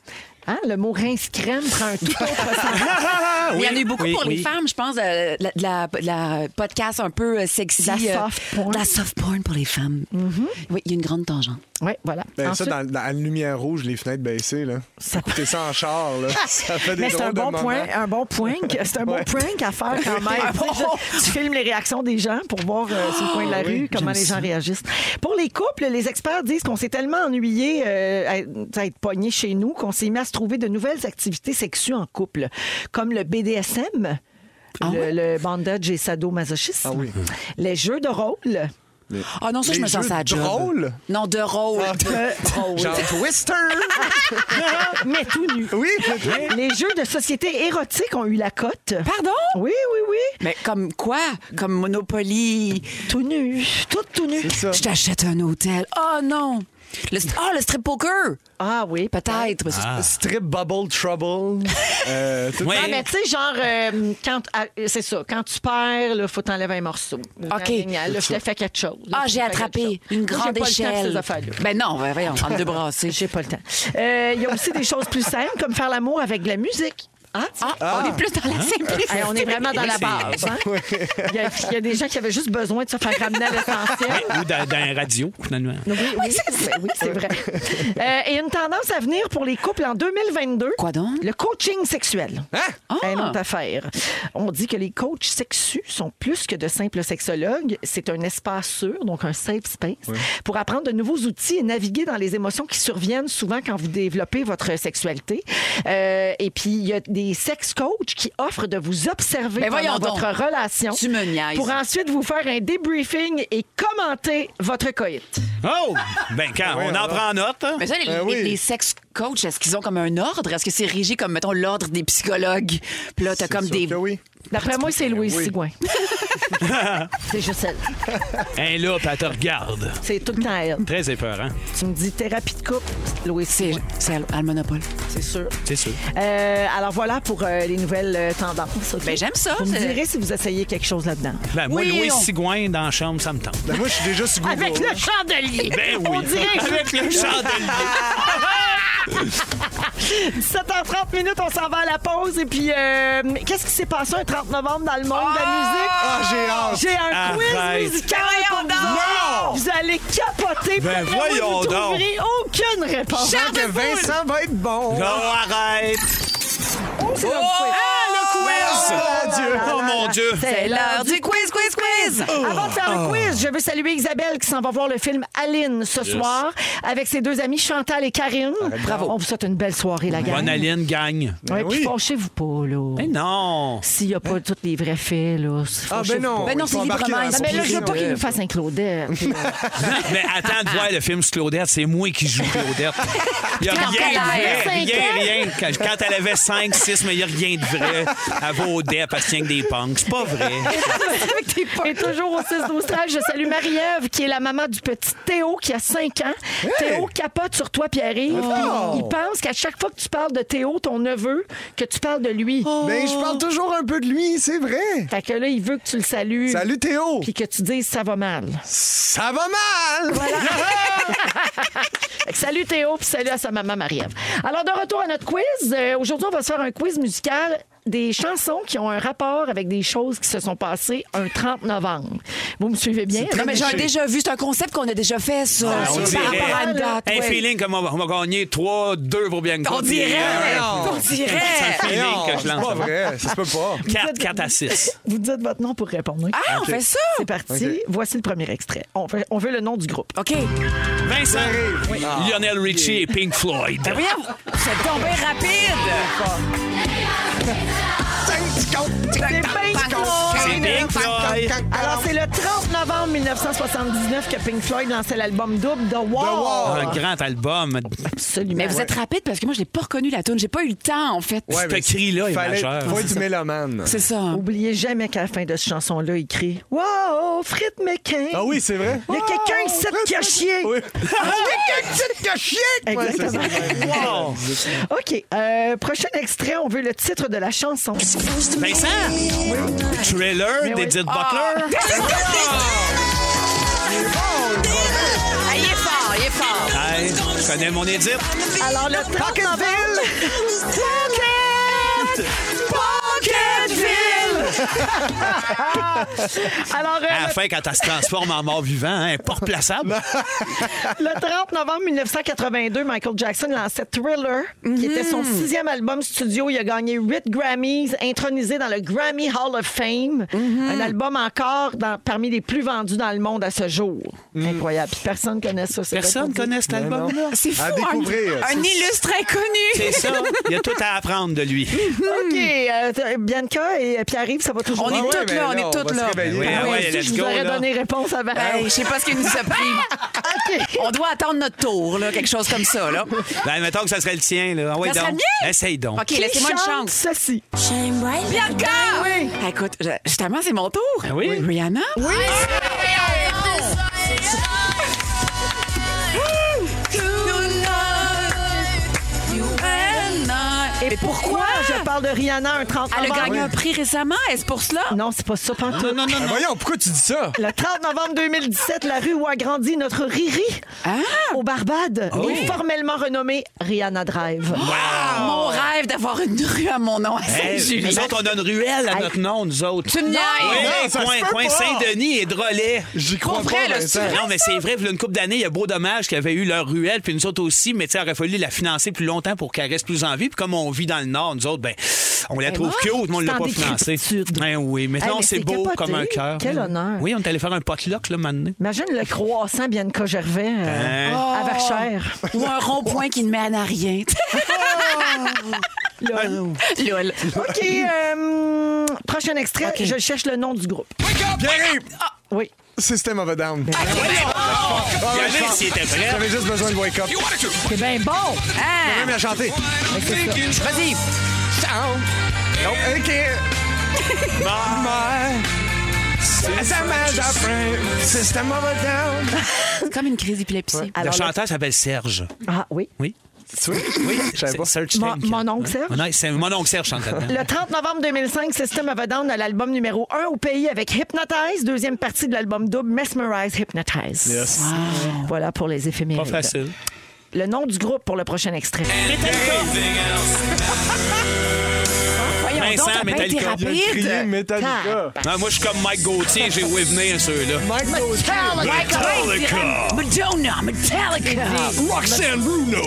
Hein, le mot rince-crème prend un tout autre
Il
sens.
y en a
Ah, oui,
eu beaucoup
oui,
pour les
oui.
femmes, je pense, euh, de la, de la- de la podcast un peu euh, sexy.
La
euh,
soft porn.
de La soft porn pour les femmes.
Mm-hmm.
Oui, il y a une grande tangente.
Oui, voilà.
Ben,
Ensuite-
ça, dans, dans la lumière rouge, les fenêtres baissées, là.
Ça-
Écoutez ça en char, là. Ça fait des
Mais c'est un
drôles de
bon
moments. Ah,
point, un bon point, que- c'est un bon
Ouais.
prank à faire quand même. Tu sais, je- tu filmes les réactions des gens pour voir euh,
Ah
sur le coin de la rue comment les gens réagissent. Pour les couples, les experts disent qu'on s'est tellement ennuyé euh, à, à être poignés chez nous qu'on s'est mis à se trouver de nouvelles activités sexuelles en couple, comme le BDSM.
Ah
le, le bandage et sadomasochisme.
Ah oui.
Les jeux de rôle.
Ah non, ça, je
Les
me sens
jeux
ça à job.
drôles? Ah.
Non, de rôle. De
Oh,
rôle.
Jean Twister!
Mais tout nu.
oui!
Les jeux de société érotique ont eu la cote.
Pardon?
Oui, oui, oui.
Mais comme quoi? Comme Monopoly.
Tout nu. Tout, tout nu.
C'est ça.
Je t'achète un hôtel. Oh non! Le, st- ah, le strip poker!
Ah oui, peut-être.
Peut-être.
Ah.
parce que-
Strip Bubble Trouble. Euh, tout-
Ouais.
Ah, mais tu sais, genre, euh, quand, ah, c'est ça, quand tu perds, là, faut t'enlever un morceau. Là, je te fais quelque chose. Là,
Ah,
je te
j'ai
fais quelque
attrapé
chose.
une
Moi, j'ai
grande
pas le temps de
échelle.
ces affaires-là.
ben non, ben voyons, entre deux brassées.
J'ai pas le temps. Euh, Il y a aussi des choses plus simples, comme faire l'amour avec de la musique. Hein?
Ah, on est plus dans la simplicité.
Hey, on est vraiment dans
Oui,
la
c'est-
base. hein? Il y, a, il y a des gens qui avaient juste besoin de se faire ramener à l'essentiel.
Ou dans, dans la radio, finalement.
Oui, oui, ben oui, c'est vrai. Euh, et une tendance à venir pour les couples en 2022.
Quoi donc?
Le coaching sexuel.
Ah!
Une autre affaire. On dit que les coachs sexus sont plus que de simples sexologues. C'est un espace sûr, donc un safe space, pour apprendre de nouveaux outils et naviguer dans les émotions qui surviennent souvent quand vous développez votre sexualité. Euh, et puis, il y a des sex coachs qui offrent de vous observer
Ben voyons
pendant
donc.
votre relation
Tu me niaises.
pour ensuite vous faire un débriefing et commenter votre coït.
Oh! Ben, quand on en prend note. hein.
Mais ça, les,
Ben
les-
oui.
les sex coachs, est-ce qu'ils ont comme un ordre? Est-ce que c'est régi comme, mettons, l'ordre des psychologues? Puis là, t'as
c'est
comme
sûr
des.
que oui.
D'après moi, c'est Louise Sigouin. c'est juste elle.
Hein, là, puis elle te regarde.
C'est tout le temps elle.
Très épeurant.
Tu me dis thérapie de couple, Louise
C'est
Sigouin,
c'est à à le monopole.
c'est sûr.
C'est sûr.
Euh, alors voilà pour euh, les nouvelles euh, tendances. ok?
Ben, j'aime ça,
Vous me
c'est-
direz si vous essayez quelque chose là-dedans.
Ben, moi,
Oui,
Louis
on-
Sigouin dans la chambre, ça me tente.
Ben, moi, je suis déjà sur Google.
Avec le chandelier.
Ben oui.
On dirait que
Avec le chandelier.
17h30 minutes, on s'en va à la pause. Et puis, euh, qu'est-ce qui s'est passé un 30 novembre dans le monde de la musique?
Ah, j'ai hâte.
J'ai un
Arrête.
quiz musical. pour vous autres. Vous allez capoter.
Ben,
Pour vrai,
voyons
vous
donc.
trouverez aucune réponse.
J'espère que Vincent va être bon.
Non, arrête.
C'est l'heure du quiz.
Ah, Dieu.
Oh, mon Dieu.
C'est l'heure du-
du quiz, quiz, quiz!
Avant de faire le
Ah.
quiz, je veux saluer Isabelle qui s'en va voir le film Aline ce soir avec ses deux amies Chantal et Karine. Bravo. On vous souhaite une belle soirée, la gang.
Bonne Aline Hein? gagne.
Ouais,
Ben
puis
oui.
fâchez-vous pas, là.
Mais non.
S'il n'y a pas tous les vrais faits, là.
Ah, ben
fâchez-vous
non.
pas.
Ben non,
ils
c'est
sont embarqués
librement,
dans la
ils
Mais là, je veux
pourriture.
pas qu'il nous fasse un Claudette.
Mais attends de voir le film sur Claudette, c'est moi qui joue Claudette. Il n'y a
Quand
rien
elle
de vrai.
avait cinq ans.
Rien, rien. Quand, quand elle avait 5, 6, mais il n'y a rien de vrai. Elle va au dep, elle se tient que des punks. C'est pas vrai.
Et toujours au 6 12 13, je salue Marie-Ève, qui est la maman du petit Théo, qui a 5 ans. Théo capote sur toi, Pierre-Yves. Puis Il pense qu'à chaque fois que tu parles de Théo, ton neveu, que tu parles de lui.
Ben, je parle toujours un peu de lui, c'est vrai.
Fait que là, il veut que tu le salues.
Salut Théo!
Puis que tu dises ça va mal.
Ça va mal!
Fait que salut Théo, puis salut à sa maman Marie-Ève. Alors, de retour à notre quiz. Euh, Aujourd'hui, on va se faire un quiz musical. des chansons qui ont un rapport avec des choses qui se sont passées un 30 novembre. Vous me suivez bien?
Non, mais j'ai déjà vu. C'est un concept qu'on a déjà fait, ça.
Ah, on
Par
dirait.
rapport à une date,
un
ouais.
feeling comme on va, on va gagner 3-2 pour Bianca.
On dirait,
Ouais,
on
ouais.
dirait.
C'est un feeling
Non,
que je
oh, c'est pas
lance.
vrai, ça se peut pas.
4, 4 à 6.
Vous dites votre nom pour répondre. oui?
Ah, on fait ça?
C'est parti.
Ok.
Voici le premier extrait. On veut, on veut le nom du groupe.
OK.
Vincent, Lionel Richie et Pink Floyd.
Ben voyons, c'est tombé rapide.
C'est Pink
C'est
Floyd.
Pink Floyd.
Alors, c'est le 30 novembre 1979 que Pink Floyd lançait l'album double The Wall.
Un
Ah.
grand album.
Absolument.
Mais vous êtes rapide parce que moi, je l'ai pas reconnu la tune. J'ai pas eu le temps, en fait.
Ce cri-là est
fallait,
majeur.
Faut être mélomane.
C'est ça.
Oubliez jamais qu'à la fin de cette chanson-là, il crie Wow, Fred McCain!
Ah oui, c'est vrai. Oh,
Il y a quelqu'un ici qui a chié!
Oui. Ah, Quelqu'un qui chier!
Exactement. OK. euh, prochain extrait, on veut le titre de la chanson.
Vincent, Thriller
Mais oui.
d'Edith Butler.
Ah, il est fort, il est fort.
Hey, je connais mon Edith.
Alors, le 30 novembre. Alors, euh,
À la fin, quand elle se transforme en mort vivant, hein, elle est pas replaçable.
Le 30 novembre 1982, Michael Jackson lançait Thriller, qui était son sixième album studio. Il a gagné huit Grammys, intronisé dans le Grammy Hall of Fame. Un album encore dans- parmi les plus vendus dans le monde à ce jour. Incroyable. Puis personne connaît ça. c'est
Personne
vrai qu'on
ne
dit.
connaît cet album-là.
C'est fou.
À
un-
découvrir.
Un, illustre
C'est
inconnu.
ça. Il y a tout à apprendre de lui.
OK. euh, t- Bianca et euh, Pierre-Yves, ça va toujours
On est
bien?
toutes là, on est toutes là.
oui,
Ah
ah
ouais, Ah
ouais,
si,
let's
je vous
go,
aurais
là.
donné réponse avant.
Hey, je sais pas ce qu'il nous a pris.
OK.
On doit attendre notre tour, là, quelque chose comme ça. Là.
Ben, mettons que ça serait le tien. Là. Ah ouais,
Ça serait
donc.
mieux.
Essaye donc.
OK, laissez-moi une
Qui chante
chance.
Ceci.
Bianca! Oui. écoute, je- justement, c'est mon tour.
Ben oui.
Rihanna? Oui. Et pourquoi?
Je parle de Rihanna un 30
Elle
novembre.
a gagné un prix récemment, est-ce pour cela?
Non, c'est pas ça, pantoute.
Non, non, non, non.
Ben, Voyons, pourquoi tu dis ça?
Le 30 novembre 2017, la rue où a grandi notre Riri
Ah! Oh.
au Barbade est formellement renommée Rihanna Drive.
Ah, Mon rêve d'avoir une rue à mon nom à
Hey,
Saint-Julie.
nous autres, on a une ruelle à notre nom, nous autres.
Tu me niaises.
Oui,
ça
coin,
se peut
coin
pas.
Saint-Denis et Drolet.
J'y crois
vrai,
pas,
là,
Vincent.
c'est vrai.
Non, mais c'est vrai, il une couple d'années, il y a beau dommage qu'ils avaient eu leur ruelle, puis nous autres aussi, mais tu sais, il aurait fallu la financer plus longtemps pour qu'elle reste plus en vie. Puis comme on vit dans le Nord, nous autres, ben, on la trouve cute, mais on
c'est
l'a
en
pas financée.
décrépitude.
Ben oui, mais
Hey,
non,
mais
c'est
c'est
beau
capoté.
comme un cœur.
Quel honneur.
Oui, on est allé faire un potluck, là, maintenant.
Imagine le croissant Bianca Gervais euh,
Hein?
à Verchères.
Ou un rond-point qui ne mène à rien.
Lol.
Lol.
OK, euh, prochain extrait. Je cherche le nom du groupe.
Pierre-Yves!
Oui.
System of a Down.
Il y en a qui étaient prêts.
J'avais juste besoin de wake up.
C'est bien bon.
Ben, Ah,
Même à chanter.
Vas-y.
Down. Nope. OK. Bye. As a friend. System of a Down.
C'est comme une crise d'épilepsie.
Le
Alors, le-
chanteur s'appelle Serge.
Ah oui.
Oui?
Tu vois?
Oui,
Je savais pas.
Serge
Mon-
Tank.
mon oncle Serge?
Mon oncle- c'est mon oncle Serge chante là-dedans.
Le 30 novembre 2005, System of a Down a l'album numéro 1 au pays avec Hypnotize, deuxième partie de l'album double Mesmerize Hypnotize.
Yes.
Voilà pour les éphémérides.
Pas facile.
Le nom du groupe pour le prochain extrait.
Hein? Voyons
Vincent,
donc, t'as bien été
Metallica.
Il a crié
rapide.
Metallica.
Non, moi, je suis comme Mike Gauthier, j'ai oué venir ceux-là.
Mike Gauthier.
Metallica.
Madonna, Metallica.
Roxanne Bruno.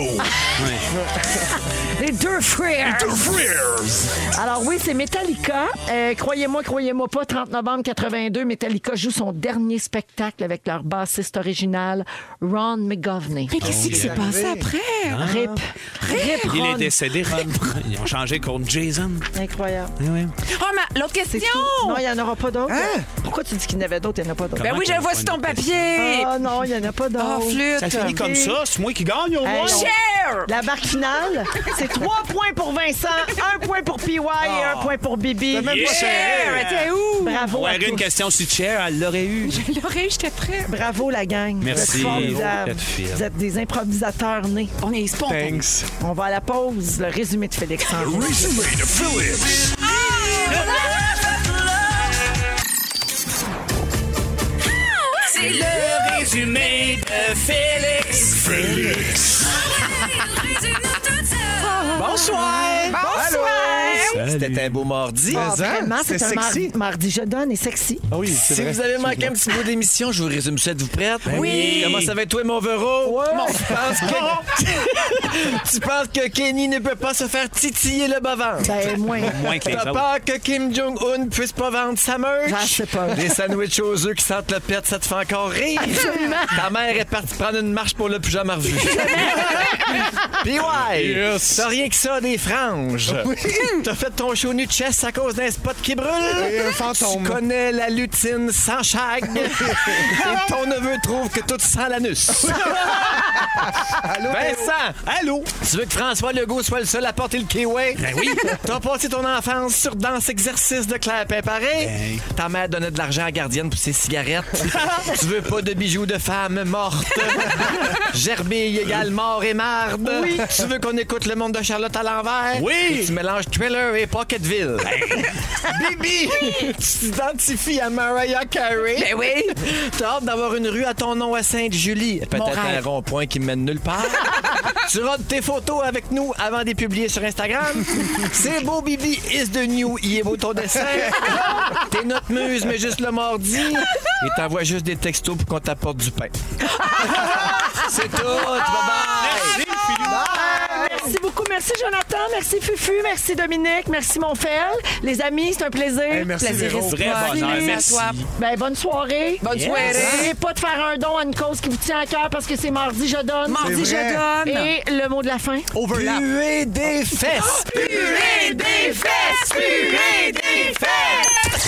Les deux frères. Alors oui, c'est Metallica. Euh, croyez-moi, croyez-moi pas, 30 novembre 82, Metallica joue son dernier spectacle avec leur bassiste original, Ron McGovney.
Mais qu'est-ce qui s'est passé après?
Rip. Rip,
Il est
Ron.
décédé, Ron. Ils ont changé contre Jason.
Incroyable.
Eh oui.
Oh, mais l'autre
C'est
question.
tout. Non, il n'y en aura pas d'autres. Pourquoi tu dis qu'il n'y en avait d'autres? Il n'y en a pas d'autres.
Ben oui, je le vois sur ton papier.
Ah non, il n'y en a pas
Oh,
d'autres.
Ça
flûte.
finit comme ça, c'est moi qui gagne au moins.
Hey, on-
Cher.
La marque finale, c'est 3 points pour Vincent, 1 point pour PY et
Ah.
1 point pour Bibi.
même pas
Cher, t'es où?
Bravo.
Ouais,
à tous.
une question si Cher, elle l'aurait eu.
Je l'aurais eu, j'étais prêt.
Bravo la gang.
Merci.
Vous êtes formidables.
Vous êtes fiers.
Vous êtes des improvisateurs nés.
On est spontané.
Thanks.
On va à la pause. Le résumé de Félix Anjou.
C'est le
Résumé de Félix.
résumé de tout ça.
Bonsoir.
Bonsoir.
C'était un beau mardi.
Ah,
Mais, hein,
vraiment, c'est
c'est
un mar-
sexy.
mardi je donne et sexy.
Ah oui, c'est
Si
vrai. Ben
vous avez manqué un petit bout d'émission, je vous résume ça. Êtes-vous prête?
oui.
Comment ça va être toi, mon verrou? Bon, tu, penses que... tu penses que Kenny ne peut pas se faire titiller le bas-ventre?
Ben, moins.
Moins que les
T'as
autres.
peur que Kim Jong-un puisse pas vendre sa merch?
J'en sais pas.
Des sandwichs aux œufs qui sentent le pet, ça te fait encore rire?
Absolument.
Ta mère est partie prendre une marche pour le plus jamais revu. Puis ouais,
Yes.
t'as rien que ça des franges. T'as fait ton show nu de chest à cause d'un spot qui brûle.
Et un fantôme.
Tu connais la lutine sans chag. Et ton neveu trouve que tout sent l'anus. Vincent,
Allô?
tu veux que François Legault soit le seul à porter le kiwi? Ben oui. T'as passé ton enfance sur danse exercice de Claire Pimparé? Ta mère donnait de l'argent à la gardienne pour ses cigarettes. tu veux pas de bijoux de femme morte? Gerbille égale mort et marde. Oui. Tu veux qu'on écoute le monde de Charlotte à l'envers?
Oui.
Et tu mélanges Thriller et Pocketville. Bibi! Tu t'identifies à Mariah Carey? Ben oui! T'as hâte d'avoir une rue à ton nom à Sainte-Julie. Peut-être un
rêve.
rond-point qui mène nulle part. tu rodes tes photos avec nous avant de les publier sur Instagram. C'est beau, Bibi, is the new, il est beau ton dessin. T'es notre muse, mais juste le mardi. Et t'envoies juste des textos pour qu'on t'apporte du pain. C'est tout, bye-bye!
Ah, Merci beaucoup. Merci, Jonathan. Merci, Fufu. Merci, Dominique. Merci, Monfel. Les amis, c'est un plaisir.
Hey, merci,
Plaisir
Véro.
Vrai bonheur, merci.
Ben, bonne soirée.
Bonne soirée.
N'oubliez pas de faire un don à une cause qui vous tient à cœur parce que c'est mardi, je donne.
Mardi,
C'est vrai.
je donne.
Ah, Et le mot de la fin.
Overlap.
Puer des fesses!
Purée des fesses, purée des fesses.